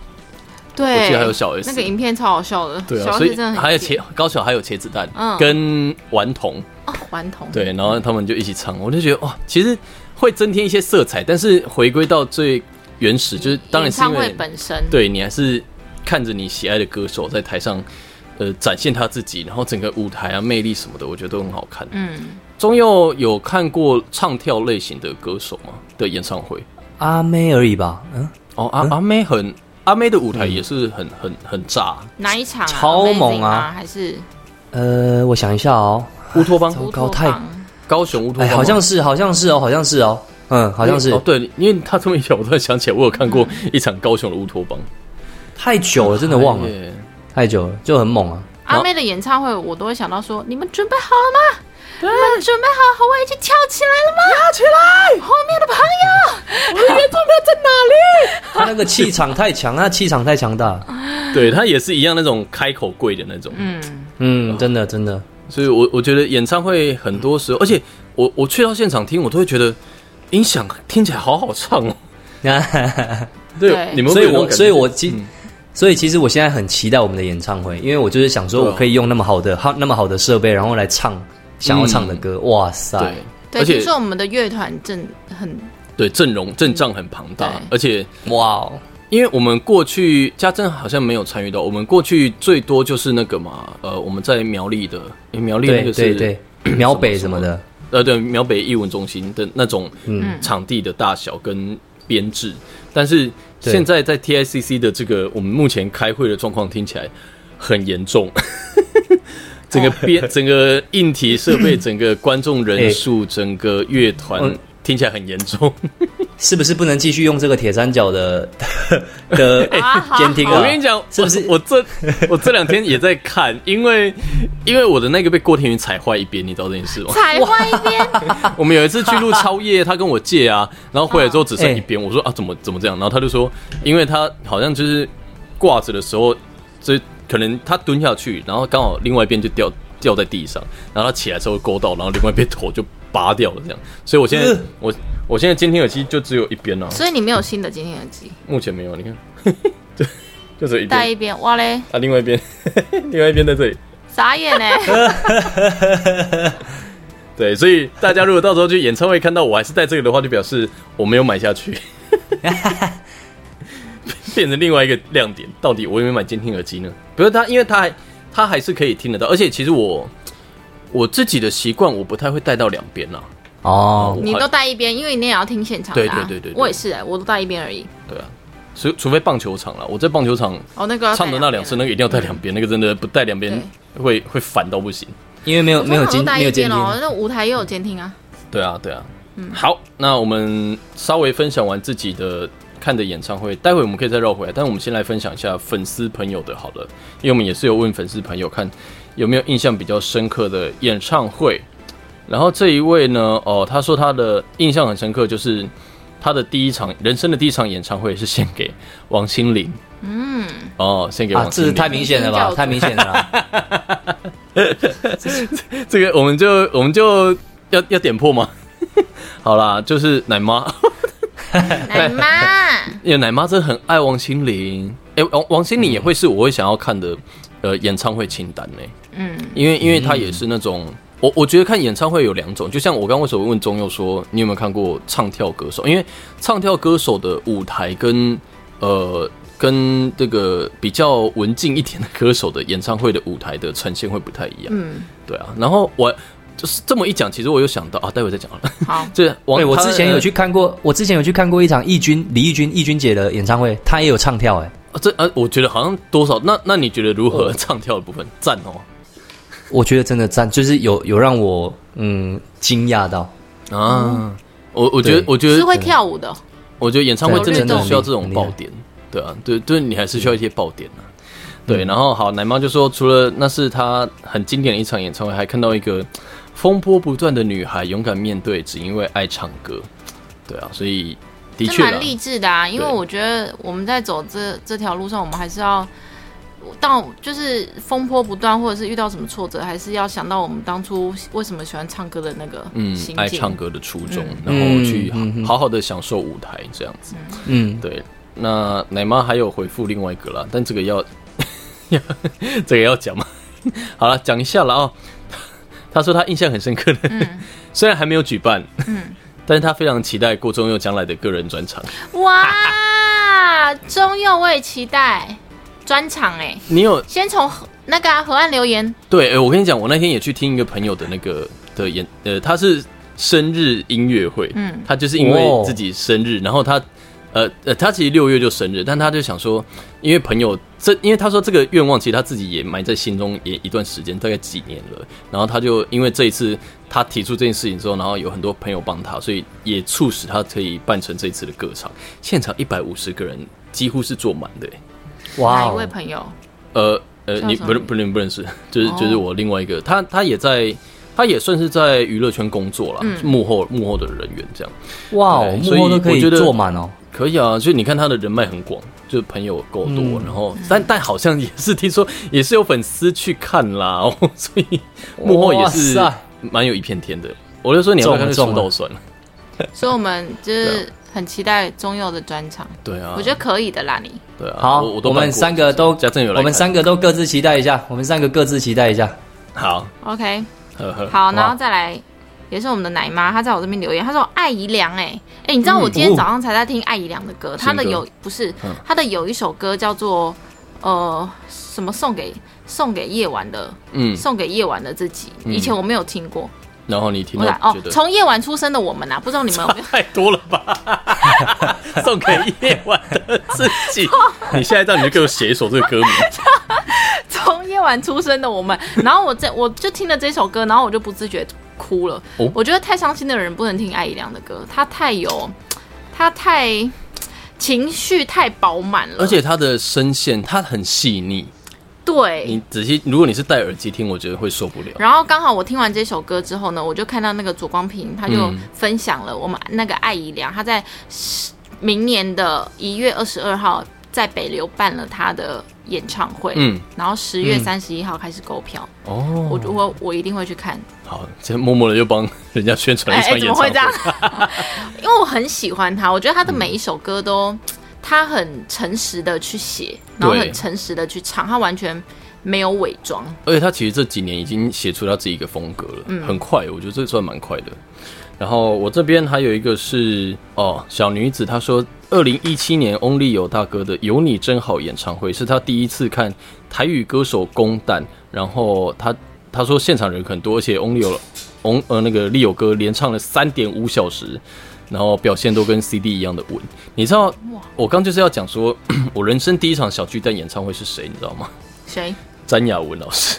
Speaker 1: 对，
Speaker 2: 我记得还有小 S 啊
Speaker 1: 那个影片超好笑的，小 S
Speaker 2: 所以
Speaker 1: 真的很
Speaker 2: 还有
Speaker 1: 贱
Speaker 2: 茄高雄还有茄子蛋，
Speaker 1: 嗯
Speaker 2: 跟顽童，
Speaker 1: 哦，顽童，
Speaker 2: 对，然后他们就一起唱，我就觉得哇，其实会增添一些色彩，但是回归到最原始，就是当然
Speaker 1: 演
Speaker 2: 是因
Speaker 1: 唱
Speaker 2: 为
Speaker 1: 会本身，
Speaker 2: 对你还是看着你喜爱的歌手在台上，呃，展现他自己，然后整个舞台啊、魅力什么的，我觉得都很好看。
Speaker 1: 嗯，
Speaker 2: 中佑有看过唱跳类型的歌手吗？的演唱会？
Speaker 3: 阿妹而已吧，嗯，
Speaker 2: 哦，阿、阿妹很阿妹的舞台也是很很很炸，
Speaker 1: 哪一场啊？
Speaker 3: 超猛
Speaker 1: Amazing
Speaker 3: 啊
Speaker 1: 吗还是
Speaker 3: 呃，我想一下哦，
Speaker 2: 乌托邦，
Speaker 3: 糟
Speaker 1: 乌
Speaker 3: 糕
Speaker 1: 托
Speaker 3: 太
Speaker 1: 邦
Speaker 2: 高雄乌托
Speaker 3: 哎，
Speaker 2: 邦吗，
Speaker 3: 好像是，好像是哦，好像是哦，嗯，好像是
Speaker 2: 哦，对，因为他这么一讲，我突然想起来，我有看过一场高雄的乌托邦，
Speaker 3: 太久了，真的忘了，
Speaker 2: 哎
Speaker 3: 太久了，就很猛啊。
Speaker 1: 阿妹的演唱会，我都会想到说：你们准备好了吗？你们准备好和我一起跳起来了吗？跳起来！后面的朋友， 我的演唱票在哪里？
Speaker 3: 他那个气场太强，他气场太强大了，
Speaker 2: 哦对他也是一样那种开口跪的那种，
Speaker 1: 嗯，
Speaker 3: 嗯，真的 真的，
Speaker 2: 所以我我觉得演唱会很多时候，而且我我去到现场听，我都会觉得音响听起来好好唱哦。
Speaker 1: 对
Speaker 2: 你们
Speaker 3: 所
Speaker 2: 会
Speaker 3: 以
Speaker 2: 有那种
Speaker 3: 我
Speaker 2: 感觉
Speaker 3: 所以我其、
Speaker 2: 嗯
Speaker 3: 所以其实我现在很期待我们的演唱会，因为我就是想说
Speaker 2: 对啊
Speaker 3: 我可以用那么好的好、那么好的设备，然后来唱想要唱的歌，哇塞！
Speaker 2: 嗯
Speaker 1: 对，
Speaker 2: 对，而
Speaker 1: 听
Speaker 2: 且
Speaker 1: 说我们的乐团正很
Speaker 2: 对阵容阵仗很庞大
Speaker 1: 对，
Speaker 2: 而且
Speaker 3: 哇哦，
Speaker 2: 因为我们过去家政好像没有参与到，我们过去最多就是那个嘛，呃，我们在苗栗的诶苗栗那
Speaker 3: 对
Speaker 2: 个
Speaker 3: 对
Speaker 2: 是
Speaker 3: 对，苗北什么的，
Speaker 2: 呃，对，苗北艺文中心的那种场地的大小跟编制，但是
Speaker 3: 对
Speaker 2: 现在在 TICC 的这个我们目前开会的状况听起来很严重， 整个编、整个硬体设备、整个观众人数、整个乐团
Speaker 3: 嗯
Speaker 2: 听起来很严重。
Speaker 3: 哦是不是不能继续用这个铁三角的 的
Speaker 2: 哎
Speaker 3: 监听
Speaker 2: 我
Speaker 3: 啊？
Speaker 2: 跟你讲，
Speaker 3: 是不是
Speaker 2: 我我这我这两天也在看，因为因为我的那个被郭天宇踩坏一边，你知道这件事吗？
Speaker 1: 踩坏一边，
Speaker 2: 我们有一次去录超夜，他跟我借啊，然后回来之后只剩一边，我说啊怎么怎么这样，然后他就说，因为他好像就是挂着的时候，这可能他蹲下去，然后刚好另外一边就掉掉在地上，然后他起来之后勾到，然后另外一边头就拔掉了这样，所以我现在、
Speaker 3: 呃
Speaker 2: 我我现在监听耳机就只有一边 啊，
Speaker 1: 所以你没有新的监听耳机，
Speaker 2: 目前没有，你看，就就只有一
Speaker 1: 带
Speaker 2: 边，
Speaker 1: 一边，哇嘞，
Speaker 2: 啊另外一边， 另外一边在这里。
Speaker 1: 傻眼 呢。
Speaker 2: 对，所以大家如果到时候去演唱会看到我还是戴这个的话，就表示我没有买下去，变成另外一个亮点。到底我有没有买监听耳机呢？不是它，因为它还它还是可以听得到，而且其实我我自己的习惯，我不太会戴到两边啦。
Speaker 3: 哦，
Speaker 1: 你都带一边，因为你也要听现场的、啊。
Speaker 2: 对对对对对
Speaker 1: 我也是、哎，我都带一边而已。
Speaker 2: 对啊，除除非棒球场了，我在棒球场
Speaker 1: 哦，那个要带
Speaker 2: 唱的那两次，那
Speaker 1: 边
Speaker 2: 个一定要戴两边，那个真的不戴两边会会烦到不行。
Speaker 3: 因为没有
Speaker 1: 我
Speaker 3: 没有
Speaker 1: 通常都
Speaker 3: 监
Speaker 1: 带
Speaker 3: 没有
Speaker 1: 一
Speaker 3: 监
Speaker 1: 边
Speaker 3: 听，
Speaker 2: 啊
Speaker 1: 哦，那舞台也有监 听啊。
Speaker 2: 对啊，对啊。好，那我们稍微分享完自己的看的演唱会，待会我们可以再绕回来，但我们先来分享一下粉丝朋友的好了，因为我们也是有问粉丝朋友看有没有印象比较深刻的演唱会。然后这一位呢，哦，他说他的印象很深刻，就是他的第一场人生的第一场演唱会是献给王心凌，嗯，哦，献给
Speaker 3: 啊，
Speaker 2: 王心
Speaker 3: 这
Speaker 2: 凌，
Speaker 3: 是太明显了
Speaker 1: 啊
Speaker 3: 吧？太明显了 啦，
Speaker 2: 这个我们就我们就要要点破吗？ 好啦，就是奶妈。
Speaker 1: 奶妈，
Speaker 2: 因为奶妈真的很爱王心凌，哎、王王心
Speaker 3: 嗯
Speaker 2: 凌也会是我会想要看的，呃，演唱会清单呢、
Speaker 1: 嗯，
Speaker 2: 因为因为她也是那种，我我觉得看演唱会有两种，就像我刚刚为什么问钟佑说你有没有看过唱跳歌手，因为唱跳歌手的舞台跟呃跟这个比较文静一点的歌手的演唱会的舞台的呈现会不太一样，
Speaker 1: 嗯，
Speaker 2: 对啊，然后我就是这么一讲，其实我有想到啊，待会再讲 好了，
Speaker 1: 好，
Speaker 2: 这王呃
Speaker 3: 对我
Speaker 2: 她
Speaker 3: 之前有去看过，我之前有去看过一场义军李义军义军姐的演唱会，她也有唱跳哎、
Speaker 2: 啊，这呃，我觉得好像多少，那那你觉得如何 唱跳的部分？赞哦
Speaker 3: 我觉得真的赞，就是有有让我嗯惊讶到，
Speaker 2: 啊！我我觉得
Speaker 3: 对
Speaker 2: 我觉
Speaker 1: 是
Speaker 2: 得
Speaker 1: 会跳舞的，哦
Speaker 2: 我觉得演唱会
Speaker 1: 对
Speaker 2: 真
Speaker 1: 真
Speaker 2: 的
Speaker 1: 的
Speaker 2: 需要这种
Speaker 3: 很厉害
Speaker 2: 爆点，对啊，对对，你还是需要一些爆点啊。
Speaker 3: 嗯
Speaker 2: 对，然后好，奶妈就说，除了那是她很经典的一场演唱会，还看到一个风波不断的女孩勇敢面对，只因为爱唱歌。对啊，所以的
Speaker 1: 这
Speaker 2: 确
Speaker 1: 蛮
Speaker 2: 啦，
Speaker 1: 励志的啊。因为
Speaker 2: 对
Speaker 1: 我觉得我们在走这这条路上，我们还是要到就是风波不断，或者是遇到什么挫折，还是要想到我们当初为什么喜欢唱歌的那个
Speaker 2: 嗯
Speaker 1: 心，
Speaker 2: 爱
Speaker 1: 境。
Speaker 2: 唱歌的初衷，然
Speaker 3: 嗯
Speaker 2: 后去
Speaker 3: 嗯嗯嗯
Speaker 2: 好好的享受舞台这样子。
Speaker 3: 嗯，
Speaker 2: 对，那奶妈还有回复另外一个啦，但这个要 要这个要讲吗？ 好了，讲一下了哦。 他说他印象很深刻的， 虽然还没有举办，但是他非常期待郭宗佑将来的个人专场。
Speaker 1: 哇， 中佑我也期待专场哎、
Speaker 2: 你有
Speaker 1: 先从河那个、啊、河岸留言，
Speaker 2: 对、呃我跟你讲，我那天也去听一个朋友的那个的演，呃，他是生日音乐会，嗯
Speaker 1: 嗯，
Speaker 2: 他就是因为
Speaker 3: 哦
Speaker 2: 自己生日，然后他呃呃，他其实六月就生日，但他就想说，因为朋友这，因为他说这个愿望其实他自己也埋在心中也一段时间，大概几年了。然后他就因为这一次他提出这件事情之后，然后有很多朋友帮他，所以也促使他可以办成这一次的歌场，现场一百五十个人几乎是坐满的、欸
Speaker 3: 哦
Speaker 1: 哪一位朋友？
Speaker 2: 呃呃，
Speaker 1: 叫
Speaker 2: 你
Speaker 1: 什
Speaker 2: 不
Speaker 1: 么
Speaker 2: 认不认不认识， 就是
Speaker 1: 哦
Speaker 2: 就是我另外一个，他他也在。他也算是在娱乐圈工作了，
Speaker 1: 嗯
Speaker 2: 幕后幕后的人员这样，
Speaker 3: 哇哦，
Speaker 2: 对所
Speaker 3: 幕
Speaker 2: 以
Speaker 3: 后都可
Speaker 2: 我
Speaker 3: 以
Speaker 2: 觉得
Speaker 3: 坐满哦。
Speaker 2: 可以啊，就你看他的人脉很广，就是朋友够多，
Speaker 1: 嗯
Speaker 2: 然后但但好像也是听说 也是有粉丝去看啦， 哦，所以幕后也是
Speaker 3: 哇塞
Speaker 2: 蛮有一片天的。我就说你要不要看
Speaker 3: 中了
Speaker 2: 出豆酸了？
Speaker 1: 所以我们就是很期待中佑的专场，
Speaker 2: 对啊，
Speaker 1: 我觉得可以的啦，你。
Speaker 2: 对啊，
Speaker 3: 好，
Speaker 2: 我我都办
Speaker 3: 们
Speaker 2: 过
Speaker 3: 三个都
Speaker 2: 家政有来看，
Speaker 3: 我们三个都各自期待一下，我们三个各自期待一下。
Speaker 2: 好，
Speaker 1: OK，
Speaker 2: 呵呵，
Speaker 1: 好，然
Speaker 3: 好
Speaker 1: 后再来，也是我们的奶妈，她在我这边留言，她说艾怡良、哎，哎、你知道我今天早上才在听艾怡良的歌，她的
Speaker 2: 嗯哦新歌
Speaker 1: 有不是
Speaker 2: 嗯，
Speaker 1: 她的有一首歌叫做呃什么送给送给夜晚的
Speaker 2: 嗯，
Speaker 1: 送给夜晚的自己，以前我没有听过，
Speaker 2: 然后你听
Speaker 1: 我
Speaker 2: 到
Speaker 1: 来哦
Speaker 2: 觉，得
Speaker 1: 从夜晚出生的我们啊，不知道你们有没有
Speaker 2: 太多了吧？ 送给夜晚的自 己，你现在到你就给我写一首这个歌名，
Speaker 1: 从夜晚出生的我们， 然后我这我就听了这首歌，然后我就不自觉哭了。
Speaker 2: 哦
Speaker 1: 我觉得太伤心的人不能听艾怡良的歌，他太有，他太情绪太饱满了，
Speaker 2: 而且他的声线他很细腻，
Speaker 1: 对。
Speaker 2: 你仔细，如果你是戴耳机听，我觉得会受不了。
Speaker 1: 然后刚好我听完这首歌之后呢，我就看到那个左光平他就
Speaker 2: 嗯
Speaker 1: 分享了我们那个艾怡良，他在十明年的一月二十二号在北流办了他的演唱会，
Speaker 2: 嗯，
Speaker 1: 然后十月
Speaker 3: 嗯
Speaker 1: 三十一号开始购票，
Speaker 2: 哦，
Speaker 1: 我我我一定会去看。
Speaker 2: 好，这默默的就帮人家宣传
Speaker 1: 哎
Speaker 2: 一
Speaker 1: 哎，
Speaker 2: 场
Speaker 1: 怎
Speaker 2: 演
Speaker 1: 么
Speaker 2: 唱
Speaker 1: 会
Speaker 2: 会
Speaker 1: 这。样？ 因为我很喜欢他，我觉得他的每一首歌都， 他很诚实的去写，然后
Speaker 2: 对
Speaker 1: 很诚实的去唱，他完全没有伪装。
Speaker 2: 而且他其实这几年已经写出他自己一个风格了，很快，我觉得这算蛮快的。然后我这边还有一个是哦，小女子她说，二零一七年 Only 有大哥的《有你真好》演唱会是她第一次看台语歌手公蛋，然后她她说现场人很多，而且 Only 有 On 呃那个利友哥连唱了三点五小时，然后表现都跟 CD 一样的稳。你知道我刚就是要讲说， 我人生第一场小巨蛋演唱会是谁，你知道吗？
Speaker 1: 谁？
Speaker 2: 詹雅文老师。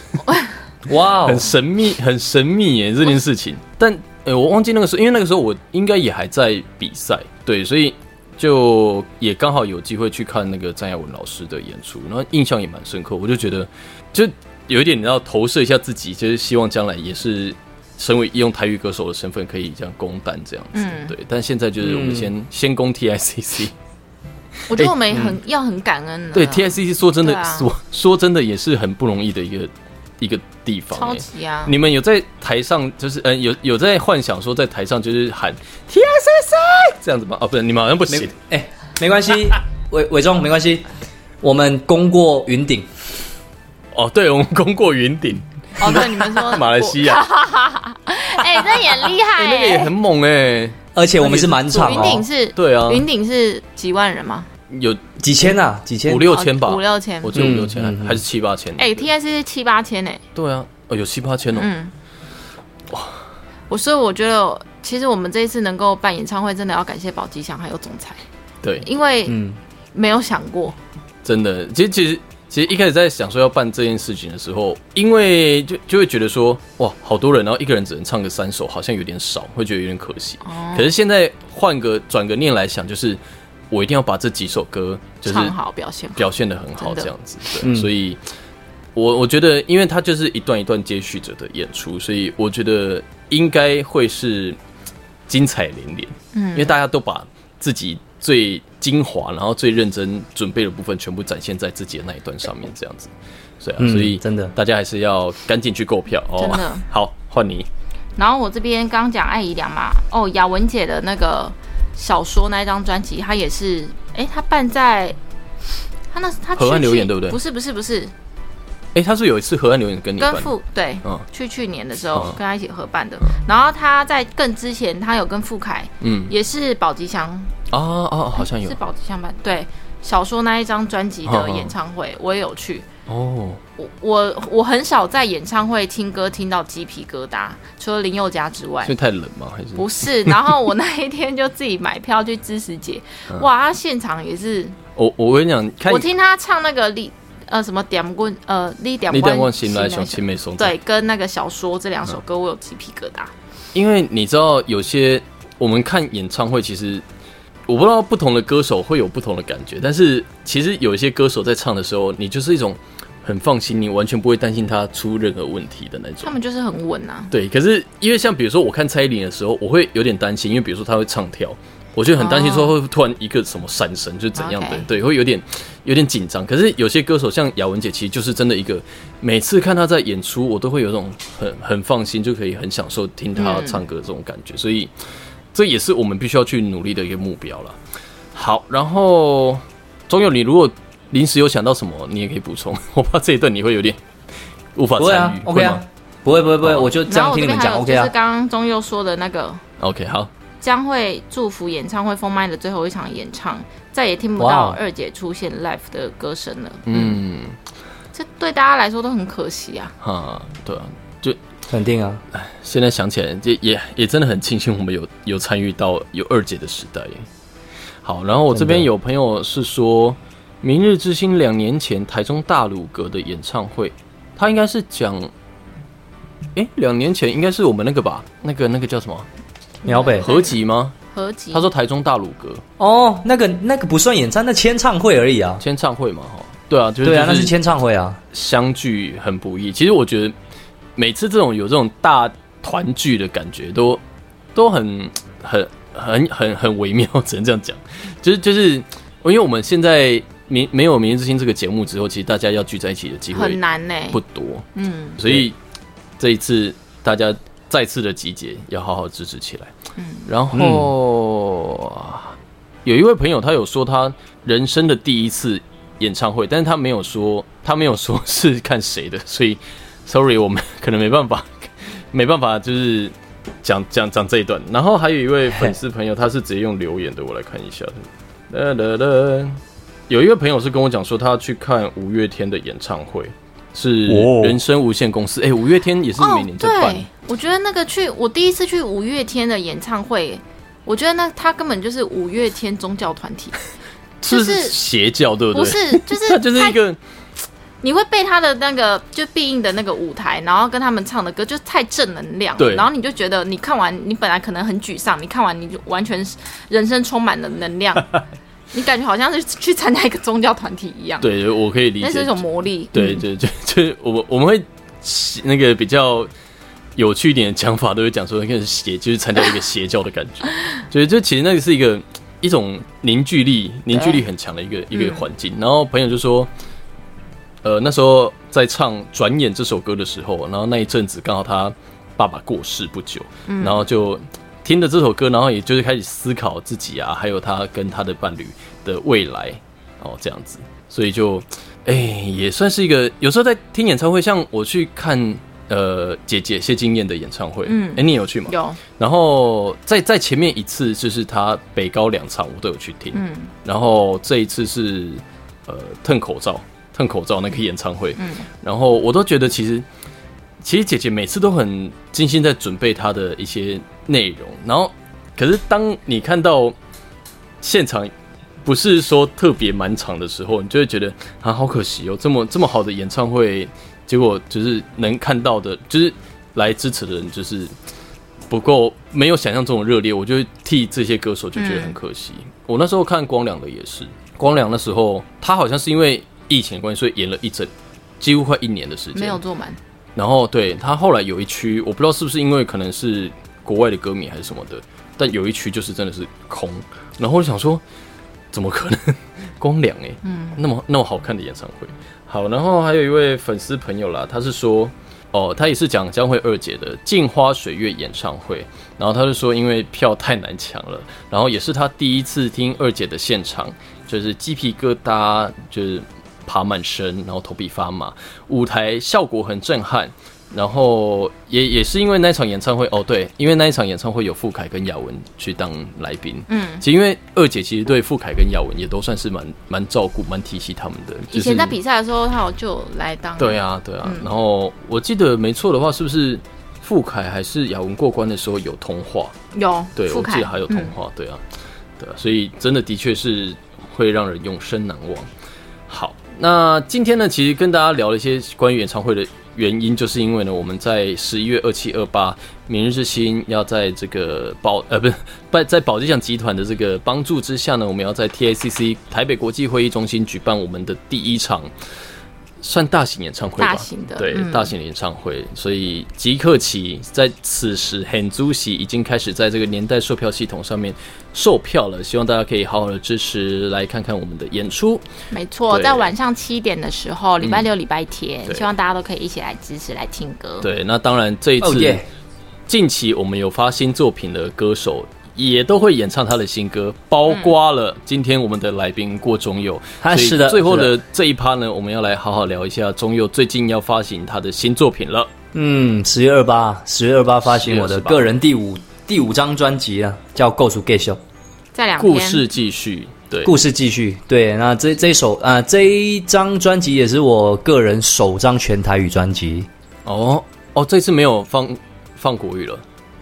Speaker 3: 哇哦
Speaker 2: 很，神秘，很神秘耶这件事情。 但呃，我忘记那个时候，因为那个时候我应该也还在比赛，对，所以就也刚好有机会去看那个张亚文老师的演出，然后印象也蛮深刻。我就觉得，就有一点你要投射一下自己，就是希望将来也是。身为用台语歌手的身份，可以这样攻单这样子，
Speaker 1: 嗯
Speaker 2: 对。但现在就是我们先、先攻 TICC，
Speaker 1: 我觉得我们也很、要很感恩啊
Speaker 2: 哎嗯对 TICC 说真的，
Speaker 1: 对啊
Speaker 2: 说说真的也是很不容易的一个一个地方、
Speaker 1: 超
Speaker 2: 欸
Speaker 1: 级啊！
Speaker 2: 你们有在台上，就是嗯，有有在幻想说在台上就是喊 T S S 这样子吗？哦，不是，你们好像不
Speaker 3: 没
Speaker 2: 行。
Speaker 3: 哎，没关系，伟伟忠没关系，我们攻过云顶，
Speaker 2: 哦，对，我们攻过云顶，
Speaker 1: 哦，对，你们说
Speaker 2: 马来西亚，
Speaker 1: 我，哎、那也很厉害、 哎
Speaker 2: 哎、那个也很猛哎、
Speaker 3: 而且我们是满场
Speaker 1: 云顶
Speaker 3: 哦，
Speaker 1: 是，
Speaker 2: 对啊
Speaker 1: 云顶是几万人吗？
Speaker 2: 有
Speaker 3: 几千啊，几千
Speaker 2: 五六千吧，
Speaker 1: 哦五六千
Speaker 2: 我记得五
Speaker 3: 嗯
Speaker 2: 六千、
Speaker 3: 嗯嗯
Speaker 2: 还是七八千。
Speaker 1: 哎、t i c 是七八千哎、
Speaker 2: 对啊，哦，有七八千哦。
Speaker 1: 嗯，我所以我觉得，其实我们这一次能够办演唱会，真的要感谢宝吉祥还有总裁，
Speaker 2: 对，
Speaker 1: 因为
Speaker 3: 嗯，
Speaker 1: 没有想过，
Speaker 2: 真的，其实其实其实一开始在想说要办这件事情的时候，因为就就会觉得说哇，好多人，然后一个人只能唱个三首，好像有点少，会觉得有点可惜。
Speaker 1: 哦
Speaker 2: 可是现在换个转个念来想，就是我一定要把这几首歌就是
Speaker 1: 唱好表现好。
Speaker 2: 表现的很好，
Speaker 1: 真的
Speaker 2: 这样子，对，所以。我我觉得，因为它就是一段一段接续着的演出，所以我觉得应该会是精彩连连。嗯，因为大家都把自己最精华，然后最认真准备的部分，全部展现在自己的那一段上面，这样子。所以、啊，
Speaker 3: 嗯
Speaker 2: 所以
Speaker 3: 真的
Speaker 2: 大家还是要赶紧去购票哦。
Speaker 1: 真的
Speaker 2: 好，换你。
Speaker 1: 然后我这边刚讲艾怡良嘛，哦，雅文姐的那个小说那一张专辑，她也是，哎，她办在，她那她去
Speaker 2: 河岸留言
Speaker 1: 去
Speaker 2: 对不对
Speaker 1: 不是不是不是，
Speaker 2: 哎、他是有一次河岸留言跟你
Speaker 1: 跟
Speaker 2: 办，
Speaker 1: 傅对，
Speaker 2: 嗯
Speaker 1: 去去年的时候、
Speaker 2: 嗯
Speaker 1: 跟她一起合办的。然后她在更之前，她有跟傅凯，
Speaker 2: 嗯
Speaker 1: 也是宝吉祥，
Speaker 2: 啊啊，好像有
Speaker 1: 是，宝吉祥办对。小说那一张专辑的演唱会，我也有去。
Speaker 2: 哦，
Speaker 1: 我我我很少在演唱会听歌听到鸡皮疙瘩，除了林宥嘉之外
Speaker 2: 因为，太冷吗？还是
Speaker 1: 哎不 是。然后我那一天就自己买票去支持姐，
Speaker 3: 嗯
Speaker 1: 哇，他现场也是，
Speaker 2: 我我跟你讲，看
Speaker 1: 我听他唱那个力呃什么点棍呃力点
Speaker 2: 你
Speaker 1: 棍
Speaker 2: 等我醒来想青梅松，
Speaker 1: 对，跟那个小说这两首
Speaker 3: 嗯
Speaker 1: 歌，我有鸡皮疙瘩。
Speaker 2: 因为你知道有些我们看演唱会，其实我不知道不同的歌手会有不同的感觉，但是其实有一些歌手在唱的时候，你就是一种很放心，你完全不会担心他出任何问题的那
Speaker 1: 他
Speaker 2: 种。
Speaker 1: 们就是很稳啊，
Speaker 2: 对，可是因为像比如说我看蔡依林的时候，我会有点担心，因为比如说她会唱跳，我就很担心说
Speaker 3: 哦
Speaker 2: 会不会突然一个什么闪神，就是怎样的
Speaker 1: OK
Speaker 2: 对，会有点有点紧张。可是有些歌手像雅文姐，其实就是真的一个，每次看她在演出，我都会有一种很很放心，就可以很享受听她
Speaker 3: 嗯
Speaker 2: 唱歌的这种感觉。所以这也是我们必须要去努力的一个目标了。好，然后钟佑，你如果临时有想到什么，你也可以补充。 我怕这一段你会有点无法
Speaker 3: 不会
Speaker 2: 参
Speaker 3: 啊
Speaker 2: 与，
Speaker 3: ，OK
Speaker 2: 会
Speaker 3: 啊
Speaker 2: 吗，
Speaker 3: 不会不会不会，我就这
Speaker 1: 然后我
Speaker 3: 样听
Speaker 1: 这边
Speaker 3: 你们
Speaker 1: 还
Speaker 3: 讲
Speaker 1: 有就
Speaker 3: OK
Speaker 1: 是
Speaker 3: 啊
Speaker 1: 刚。刚钟佑说的那个
Speaker 2: ？OK，好。
Speaker 1: 将会祝福演唱会封麦的最后一场演唱，再也听不到
Speaker 3: 哇
Speaker 1: 二姐出现 live 的歌声了。
Speaker 2: 哦嗯，
Speaker 1: 这对大家来说都很可惜啊。
Speaker 2: 哈，对啊，
Speaker 3: 肯定啊，
Speaker 2: 现在想起来，也也也真的很庆幸我们有有参与到有二姐的时代耶。好，然后我这边
Speaker 3: 真的
Speaker 2: 有朋友是说，《明日之星》两年前台中大鲁阁的演唱会，他应该是讲，诶，两年前应该是我们那个吧，那个那个叫什么
Speaker 3: 苗北
Speaker 2: 合集吗？
Speaker 1: 合集
Speaker 2: 他说台中大鲁阁
Speaker 3: 哦，那个那个不算演唱，那签唱会而已啊。
Speaker 2: 签唱会嘛，哈，对啊，就是
Speaker 3: 对啊，
Speaker 2: 就
Speaker 3: 那是签唱会啊。
Speaker 2: 相聚很不易。其实我觉得每次这种有这种大团聚的感觉都，都很很很很很微妙， 只能这样讲。就是就是，因为我们现在没没有《明日之星》这个节目之后，其实大家要聚在一起的机
Speaker 1: 很
Speaker 2: 会
Speaker 1: 难呢、
Speaker 2: 不多，
Speaker 1: 嗯，
Speaker 2: 所以这一次大家再次的集结，要好好支持起来。嗯，然后、有一位朋友他有说他人生的第一次演唱会，但是他没有说他没有说是看谁的，所以 sorry 我们可能没办法没办法就是讲讲讲这一段。然后还有一位粉丝 朋友，他是直接用留言的，我来看一下。哒哒哒，有一位朋友是跟我讲说，他要去看五月天的演唱会，是
Speaker 3: 哦
Speaker 2: 人生无限公司。哎、五月天也是
Speaker 1: 哦
Speaker 2: 每年，在办。
Speaker 1: 对，我觉得那个去我第一次去五月天的演唱会，我觉得那他根本就是五月天宗教团体，就是是
Speaker 2: 邪教，对不对？
Speaker 1: 不是就 是
Speaker 2: 它就是一个
Speaker 1: 你会被他的那个就必应的那个舞台，然后跟他们唱的歌就太正能量了，
Speaker 2: 对
Speaker 1: 然后你就觉得你看完你本来可能很沮丧，你看完你就完全是人生充满了能 量，你感觉好像是去参加一个宗教团体一样，，
Speaker 2: 对，我可以理
Speaker 1: 那是
Speaker 2: 解
Speaker 1: 一。种魔力，嗯
Speaker 2: 对对对，就是 我们我们会那个比较有趣一点的讲法，都会讲说那个邪，就是参加一个邪教的感觉。所以就其实那个是一个一种凝聚力，凝聚力很强的一个一个环境。然后朋友就说，呃，那时候在唱《转眼》这首歌的时候，然后那一阵子刚好他爸爸过世不久，然后就听着这首歌，然后也就是开始思考自己啊，还有他跟他的伴侣的未来哦，这样子，所以就哎、也算是一个有时候在听演唱会，像我去看呃姐姐谢金燕的演唱会，嗯
Speaker 1: 嗯，
Speaker 2: 哎、你也有去吗？
Speaker 1: 有
Speaker 2: 然后在在前面一次就是他北高两场我都有去听，
Speaker 1: 嗯
Speaker 2: 然后这一次是呃蹭口罩蹭口罩那个演唱会，
Speaker 1: 嗯
Speaker 2: 然后我都觉得其实其实姐姐每次都很精心在准备她的一些内容，然后可是当你看到现场不是说特别满场的时候，你就会觉得啊好可惜哦，这么这么好的演唱会，结果就是能看到的，就是来支持的人就是不够，没有想象中的热烈，我就会替这些歌手就觉得很可惜。我那时候看光良的也是，光良那时候他好像是因为疫情的关系，所以延了一整几乎快一年的时间，
Speaker 1: 没有做满，
Speaker 2: 然后对他后来有一区，我不知道是不是因为可能是国外的歌迷还是什么的，但有一区就是真的是空。然后我就想说，怎么可能 光良哎、嗯，那么那么好看的演唱会。好，然后还有一位粉丝朋友啦，他是说，哦，他也是讲江蕙二姐的《镜花水月》演唱会，然后他就说因为票太难抢了，然后也是他第一次听二姐的现场，就是鸡皮疙瘩就是爬满身，然后头皮发麻，舞台效果很震撼，然后也也是因为那场演唱会哦，对，因为那一场演唱会有傅凯跟雅文去当来宾，
Speaker 1: 嗯
Speaker 2: 其实因为二姐其实对傅凯跟雅文也都算是蛮蛮照顾、蛮体恤他们的，就是、
Speaker 1: 以前在比赛的时候，他有就有来当
Speaker 2: 对啊，对啊。
Speaker 1: 嗯
Speaker 2: 然后我记得没错的话，是不是傅凯还是雅文过关的时候有通话？
Speaker 1: 有
Speaker 2: 对，
Speaker 1: 傅
Speaker 2: 我
Speaker 1: 凯
Speaker 2: 记得还有通
Speaker 1: 嗯
Speaker 2: 话，对啊，对啊，所以真的的确是会让人永生难忘。好，那今天呢，其实跟大家聊了一些关于演唱会的原因，就是因为呢，我们在十一月二七、二八，明日之星要在这个保呃不是 在在宝吉祥集团的这个帮助之下呢，我们要在 TACC 台北国际会议中心举办我们的第一场。算大型演唱会吧，
Speaker 1: 大型的
Speaker 2: 对、
Speaker 1: 嗯
Speaker 2: 大型的演唱会，所以即刻起，在此时很足喜已经开始在这个年代售票系统上面售票了，希望大家可以好好的支持，来看看我们的演出。
Speaker 1: 没错，
Speaker 2: 对嗯
Speaker 1: 在晚上七点的时候，礼拜六、礼拜天，
Speaker 2: 对
Speaker 1: 希望大家都可以一起来支持、来听歌。，
Speaker 2: 对，那当然这一
Speaker 3: 哦
Speaker 2: 次
Speaker 3: 耶
Speaker 2: 近期我们有发新作品的歌手。也都会演唱他的新歌，包括了今天我们的来宾郭忠佑。
Speaker 3: 他
Speaker 2: 所以
Speaker 3: 嗯啊是的
Speaker 2: 最后
Speaker 3: 是
Speaker 2: 的这一趴呢，我们要来好好聊一下忠佑最近要发行他的新作品了。
Speaker 3: 嗯，十月二八，十月二八发行我的
Speaker 2: 10月28
Speaker 3: 个人第五第五张专辑啊，叫《Go to Gay Show》。
Speaker 1: 在两
Speaker 2: 故
Speaker 1: 天
Speaker 2: 事继续，对，
Speaker 3: 故事继续，对，那这这一首啊、这一张专辑也是我个人首张全台语专辑，
Speaker 2: 哦哦，这次没有放放国语了，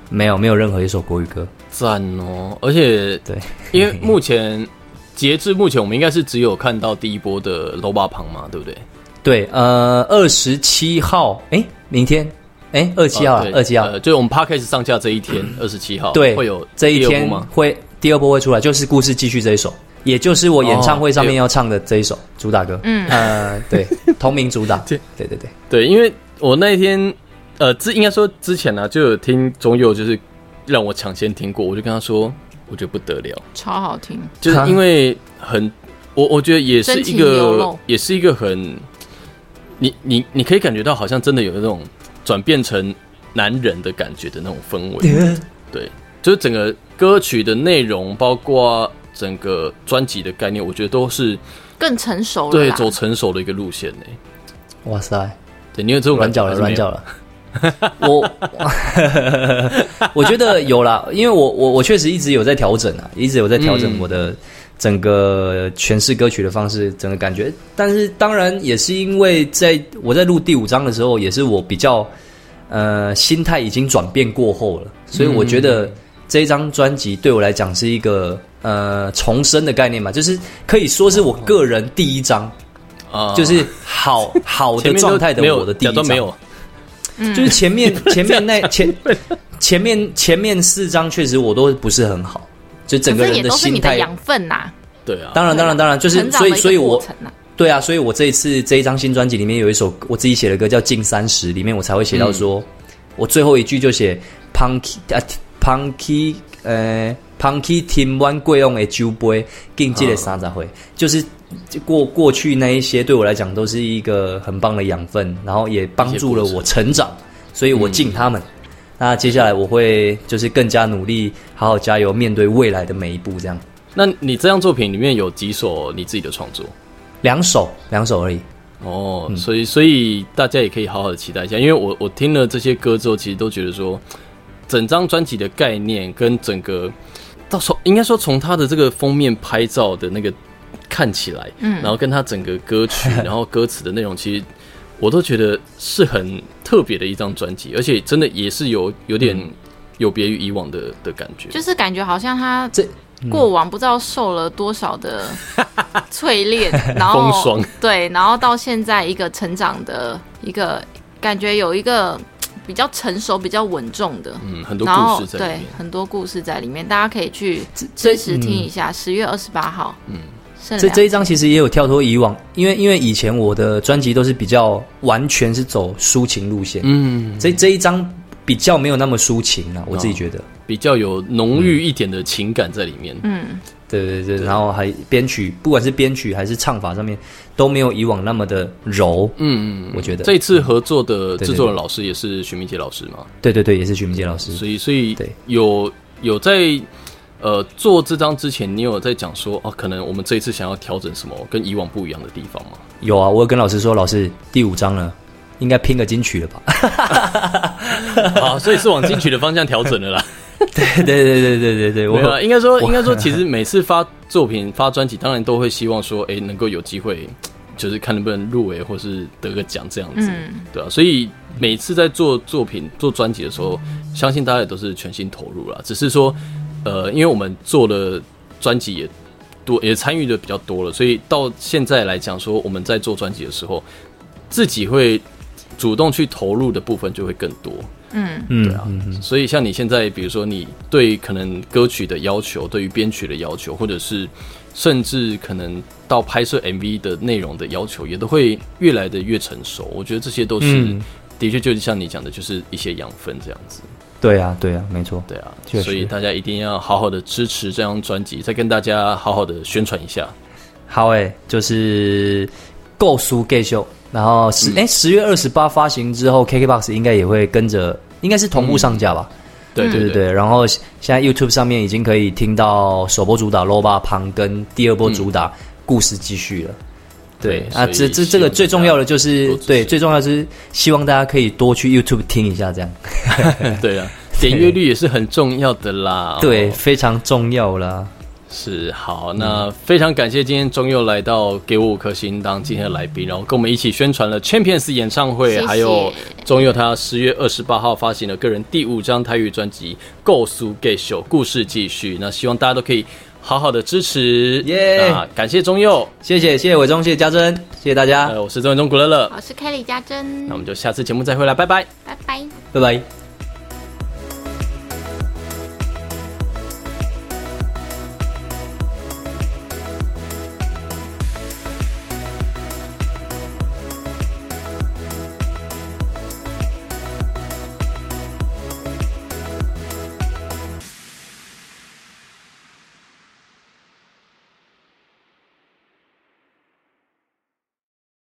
Speaker 3: 没有没有任何一首国语歌，
Speaker 2: 赞哦！而且
Speaker 3: 对，
Speaker 2: 因为目前截至目前，我们应该是只有看到第一波的 l o b a 旁嘛，对不对？
Speaker 3: 对，呃，二十七号，哎，明天，哎，二七号
Speaker 2: 呃
Speaker 3: 了，
Speaker 2: 对
Speaker 3: 二七号，
Speaker 2: 呃，就是我们 podcast 上架这一 天，二十七号，
Speaker 3: 对，
Speaker 2: 会有
Speaker 3: 这一
Speaker 2: 第二
Speaker 3: 天
Speaker 2: 波吗？
Speaker 3: 会第二波会出来，就是故事继续这一首，也就是我演唱会上
Speaker 2: 哦
Speaker 3: 面要唱的这一首主打歌，
Speaker 1: 嗯
Speaker 3: 呃，对，同名主打，对对对对，
Speaker 2: 对，因为我那一天，呃，之应该说之前呢、就有听总有就是让我抢先听过，我就跟他说，我觉得不得了。
Speaker 1: 超好听，
Speaker 2: 就是因为很，我我觉得也是
Speaker 1: 真
Speaker 2: 一
Speaker 1: 情流
Speaker 2: 个
Speaker 1: 露，
Speaker 2: 也是一个很，你你你可以感觉到好像真的有那种转变成男人的感觉的那种氛围，对，就是整个歌曲的内容，包括整个专辑的概念，我觉得都是
Speaker 1: 更成熟了
Speaker 2: 对
Speaker 1: 啦。
Speaker 2: 走成熟的一个路线呢。
Speaker 3: 哇塞，
Speaker 2: 对，你有这种
Speaker 3: 软
Speaker 2: 感觉
Speaker 3: 脚了，
Speaker 2: 还是没
Speaker 3: 软
Speaker 2: 有
Speaker 3: 脚了。我 我觉得有啦，因为我我我确实一直有在调整啊，一直有在调整
Speaker 2: 嗯
Speaker 3: 我的整个诠释歌曲的方式，整个感觉。但是当然也是因为在我在录第五章的时候，也是我比较呃心态已经转变过后了，所以我觉
Speaker 2: 嗯
Speaker 3: 得这一张专辑对我来讲是一个呃重生的概念嘛，就是可以说是我个人第一张，
Speaker 2: 啊，
Speaker 3: 就是好好
Speaker 2: 哦前
Speaker 3: 的
Speaker 2: 面
Speaker 3: 状
Speaker 2: 都
Speaker 3: 态的
Speaker 2: 没有
Speaker 3: 我的第
Speaker 2: 假
Speaker 3: 一
Speaker 2: 装
Speaker 3: 张
Speaker 2: 没有，
Speaker 1: 嗯
Speaker 3: 就是 前面前面那前前面前面四张确实我都不是很好，就整个
Speaker 1: 可是
Speaker 3: 人
Speaker 1: 也都是
Speaker 3: 心
Speaker 1: 你
Speaker 3: 态
Speaker 1: 的。养分呐。
Speaker 2: 对啊，
Speaker 3: 当然当然当然，就是
Speaker 1: 成长的
Speaker 3: 所以
Speaker 1: 一个
Speaker 3: 所以
Speaker 1: 过
Speaker 3: 我
Speaker 1: 程啊
Speaker 3: 对啊，所以我这一次这一张新专辑里面有一首我自己写的歌叫《近三十》，里面我才会写到说，我最后一句就写 “punky 啊 punky 呃 punky 听完贵用的酒杯，敬记的三十回”，就是过过去那一些对我来讲都是一个很棒的养分，然后也帮助了我成长，所以我敬他们。那接下来我会就是更加努力，好好加油，面对未来的每一步，这样
Speaker 2: 那你这张作品里面有几首你自己的创作？
Speaker 3: 两首两首而已。
Speaker 2: 哦，所以所以大家也可以好好的期待一下，因为我我听了这些歌之后，其实都觉得说，整张专辑的概念跟整个，到时候应该说从它的这个封面拍照的那个看起来，嗯，然后跟它整个歌曲，然后歌词的内容，其实我都觉得是很特别的一张专辑，而且真的也是有有点有别于以往的的感觉，
Speaker 1: 就是感觉好像他
Speaker 3: 这嗯
Speaker 1: 过往不知道受了多少 的淬炼，然
Speaker 2: 风
Speaker 1: 后
Speaker 2: 霜
Speaker 1: 对，然后到现在一个成长的一个感觉，有一个比较成熟、比较稳重的。
Speaker 2: 嗯，很多
Speaker 1: 然后
Speaker 2: 故事在里
Speaker 1: 对
Speaker 2: 面。
Speaker 1: 很多故事在里面，大家可以去支持听一下。十月二十八号，嗯，
Speaker 3: 嗯这这一张其实也有跳脱以往，因为因为以前我的专辑都是比较完全是走抒情路线，
Speaker 2: 嗯，哦
Speaker 3: 这这一张比较没有那么抒情啊，我自己觉得。
Speaker 2: 比较有浓郁一点的情感在里面。
Speaker 1: 嗯，
Speaker 3: 对对对，然后还编曲，不管是编曲还是唱法上面，都没有以往那么的柔。
Speaker 2: 嗯，
Speaker 3: 我觉得
Speaker 2: 这一次合作的
Speaker 3: 嗯对
Speaker 2: 制作人老师也是许明杰老师嘛，
Speaker 3: 对对对，也是许明杰老师。
Speaker 2: 所以所以
Speaker 3: 对
Speaker 2: 有有在呃做这张之前，你有在讲说哦，可能我们这一 次想要调整什么跟以往不一样的地方吗？
Speaker 3: 有啊，我有跟老师说，老师第五章了，应该拼个金曲了 吧？
Speaker 2: 好，所以是往金曲的方向调整了啦。
Speaker 3: 对对对对对对对，
Speaker 2: 没有啊
Speaker 3: 我
Speaker 2: 啦，应该说，
Speaker 3: 我
Speaker 2: 应该 说，其实每次发作品、发专辑，当然都会希望说，哎、能够有机会，就是看能不能入围或是得个奖这样子，
Speaker 1: 嗯
Speaker 2: 对啊，所以每次在做作品、做专辑的时候，相信大家也都是全心投入啦。只是说，呃，因为我们做的专辑也多，也参与的比较多了，所以到现在来讲说，我们在做专辑的时候，自己会主动去投入的部分就会更多。
Speaker 1: 嗯
Speaker 3: 嗯
Speaker 2: 啊
Speaker 3: 嗯嗯
Speaker 2: 所以像你现在，比如说你对可能歌曲的要求，对于编曲的要求，或者是甚至可能到拍摄 MV 的内容的要求，也都会越来的越成熟。我觉得这些都是、
Speaker 3: 嗯
Speaker 2: 的确就是像你讲的，就是一些养分这样子。
Speaker 3: 对啊对啊，没错。
Speaker 2: 对啊，
Speaker 3: 确实
Speaker 2: 所以大家一定要好好的支持这张专辑，再跟大家好好的宣传一下。
Speaker 3: 好诶、就是够书 gay 秀，然后十
Speaker 2: 嗯
Speaker 3: 哎十、0月二十八发行之后，KKBOX 应该也会跟着，应该是同步上架吧？
Speaker 2: 嗯对
Speaker 3: 对
Speaker 2: 对
Speaker 3: 对
Speaker 2: 对，
Speaker 3: 对。然后现在 YouTube 上面已经可以听到首播主打《l o b a 旁跟第二波主打《故事继续》了。对
Speaker 2: 嗯对
Speaker 3: 啊，
Speaker 2: 所
Speaker 3: 这
Speaker 2: 以
Speaker 3: 这
Speaker 2: 希
Speaker 3: 这
Speaker 2: 望
Speaker 3: 个最重要的就
Speaker 2: 大家
Speaker 3: 是
Speaker 2: 多支持
Speaker 3: 对，最重要的是希望大家可以多去 YouTube 听一下，这样
Speaker 2: 对啊，点阅率也是很重要的啦。
Speaker 3: 对
Speaker 2: 哦
Speaker 3: 非常重要啦。
Speaker 2: 是好，那非常感谢今天中佑来到给我五颗星当今天的来宾，然后跟我们一起宣传了 Champions 演唱会，
Speaker 1: 谢谢
Speaker 2: 还有中佑他十月二十八号发行的个人第五张台语专辑《够苏给秀》，故事继续。那希望大家都可以好好的支持，
Speaker 3: 耶
Speaker 2: 那感谢中佑，
Speaker 3: 谢谢谢谢伟忠，谢谢家珍，谢谢大家，
Speaker 2: 呃，我是中佑中古乐乐，
Speaker 1: 我是凯里家珍
Speaker 2: 那我，们就下次节目再会啦，拜拜。
Speaker 1: 拜拜。
Speaker 3: 拜拜。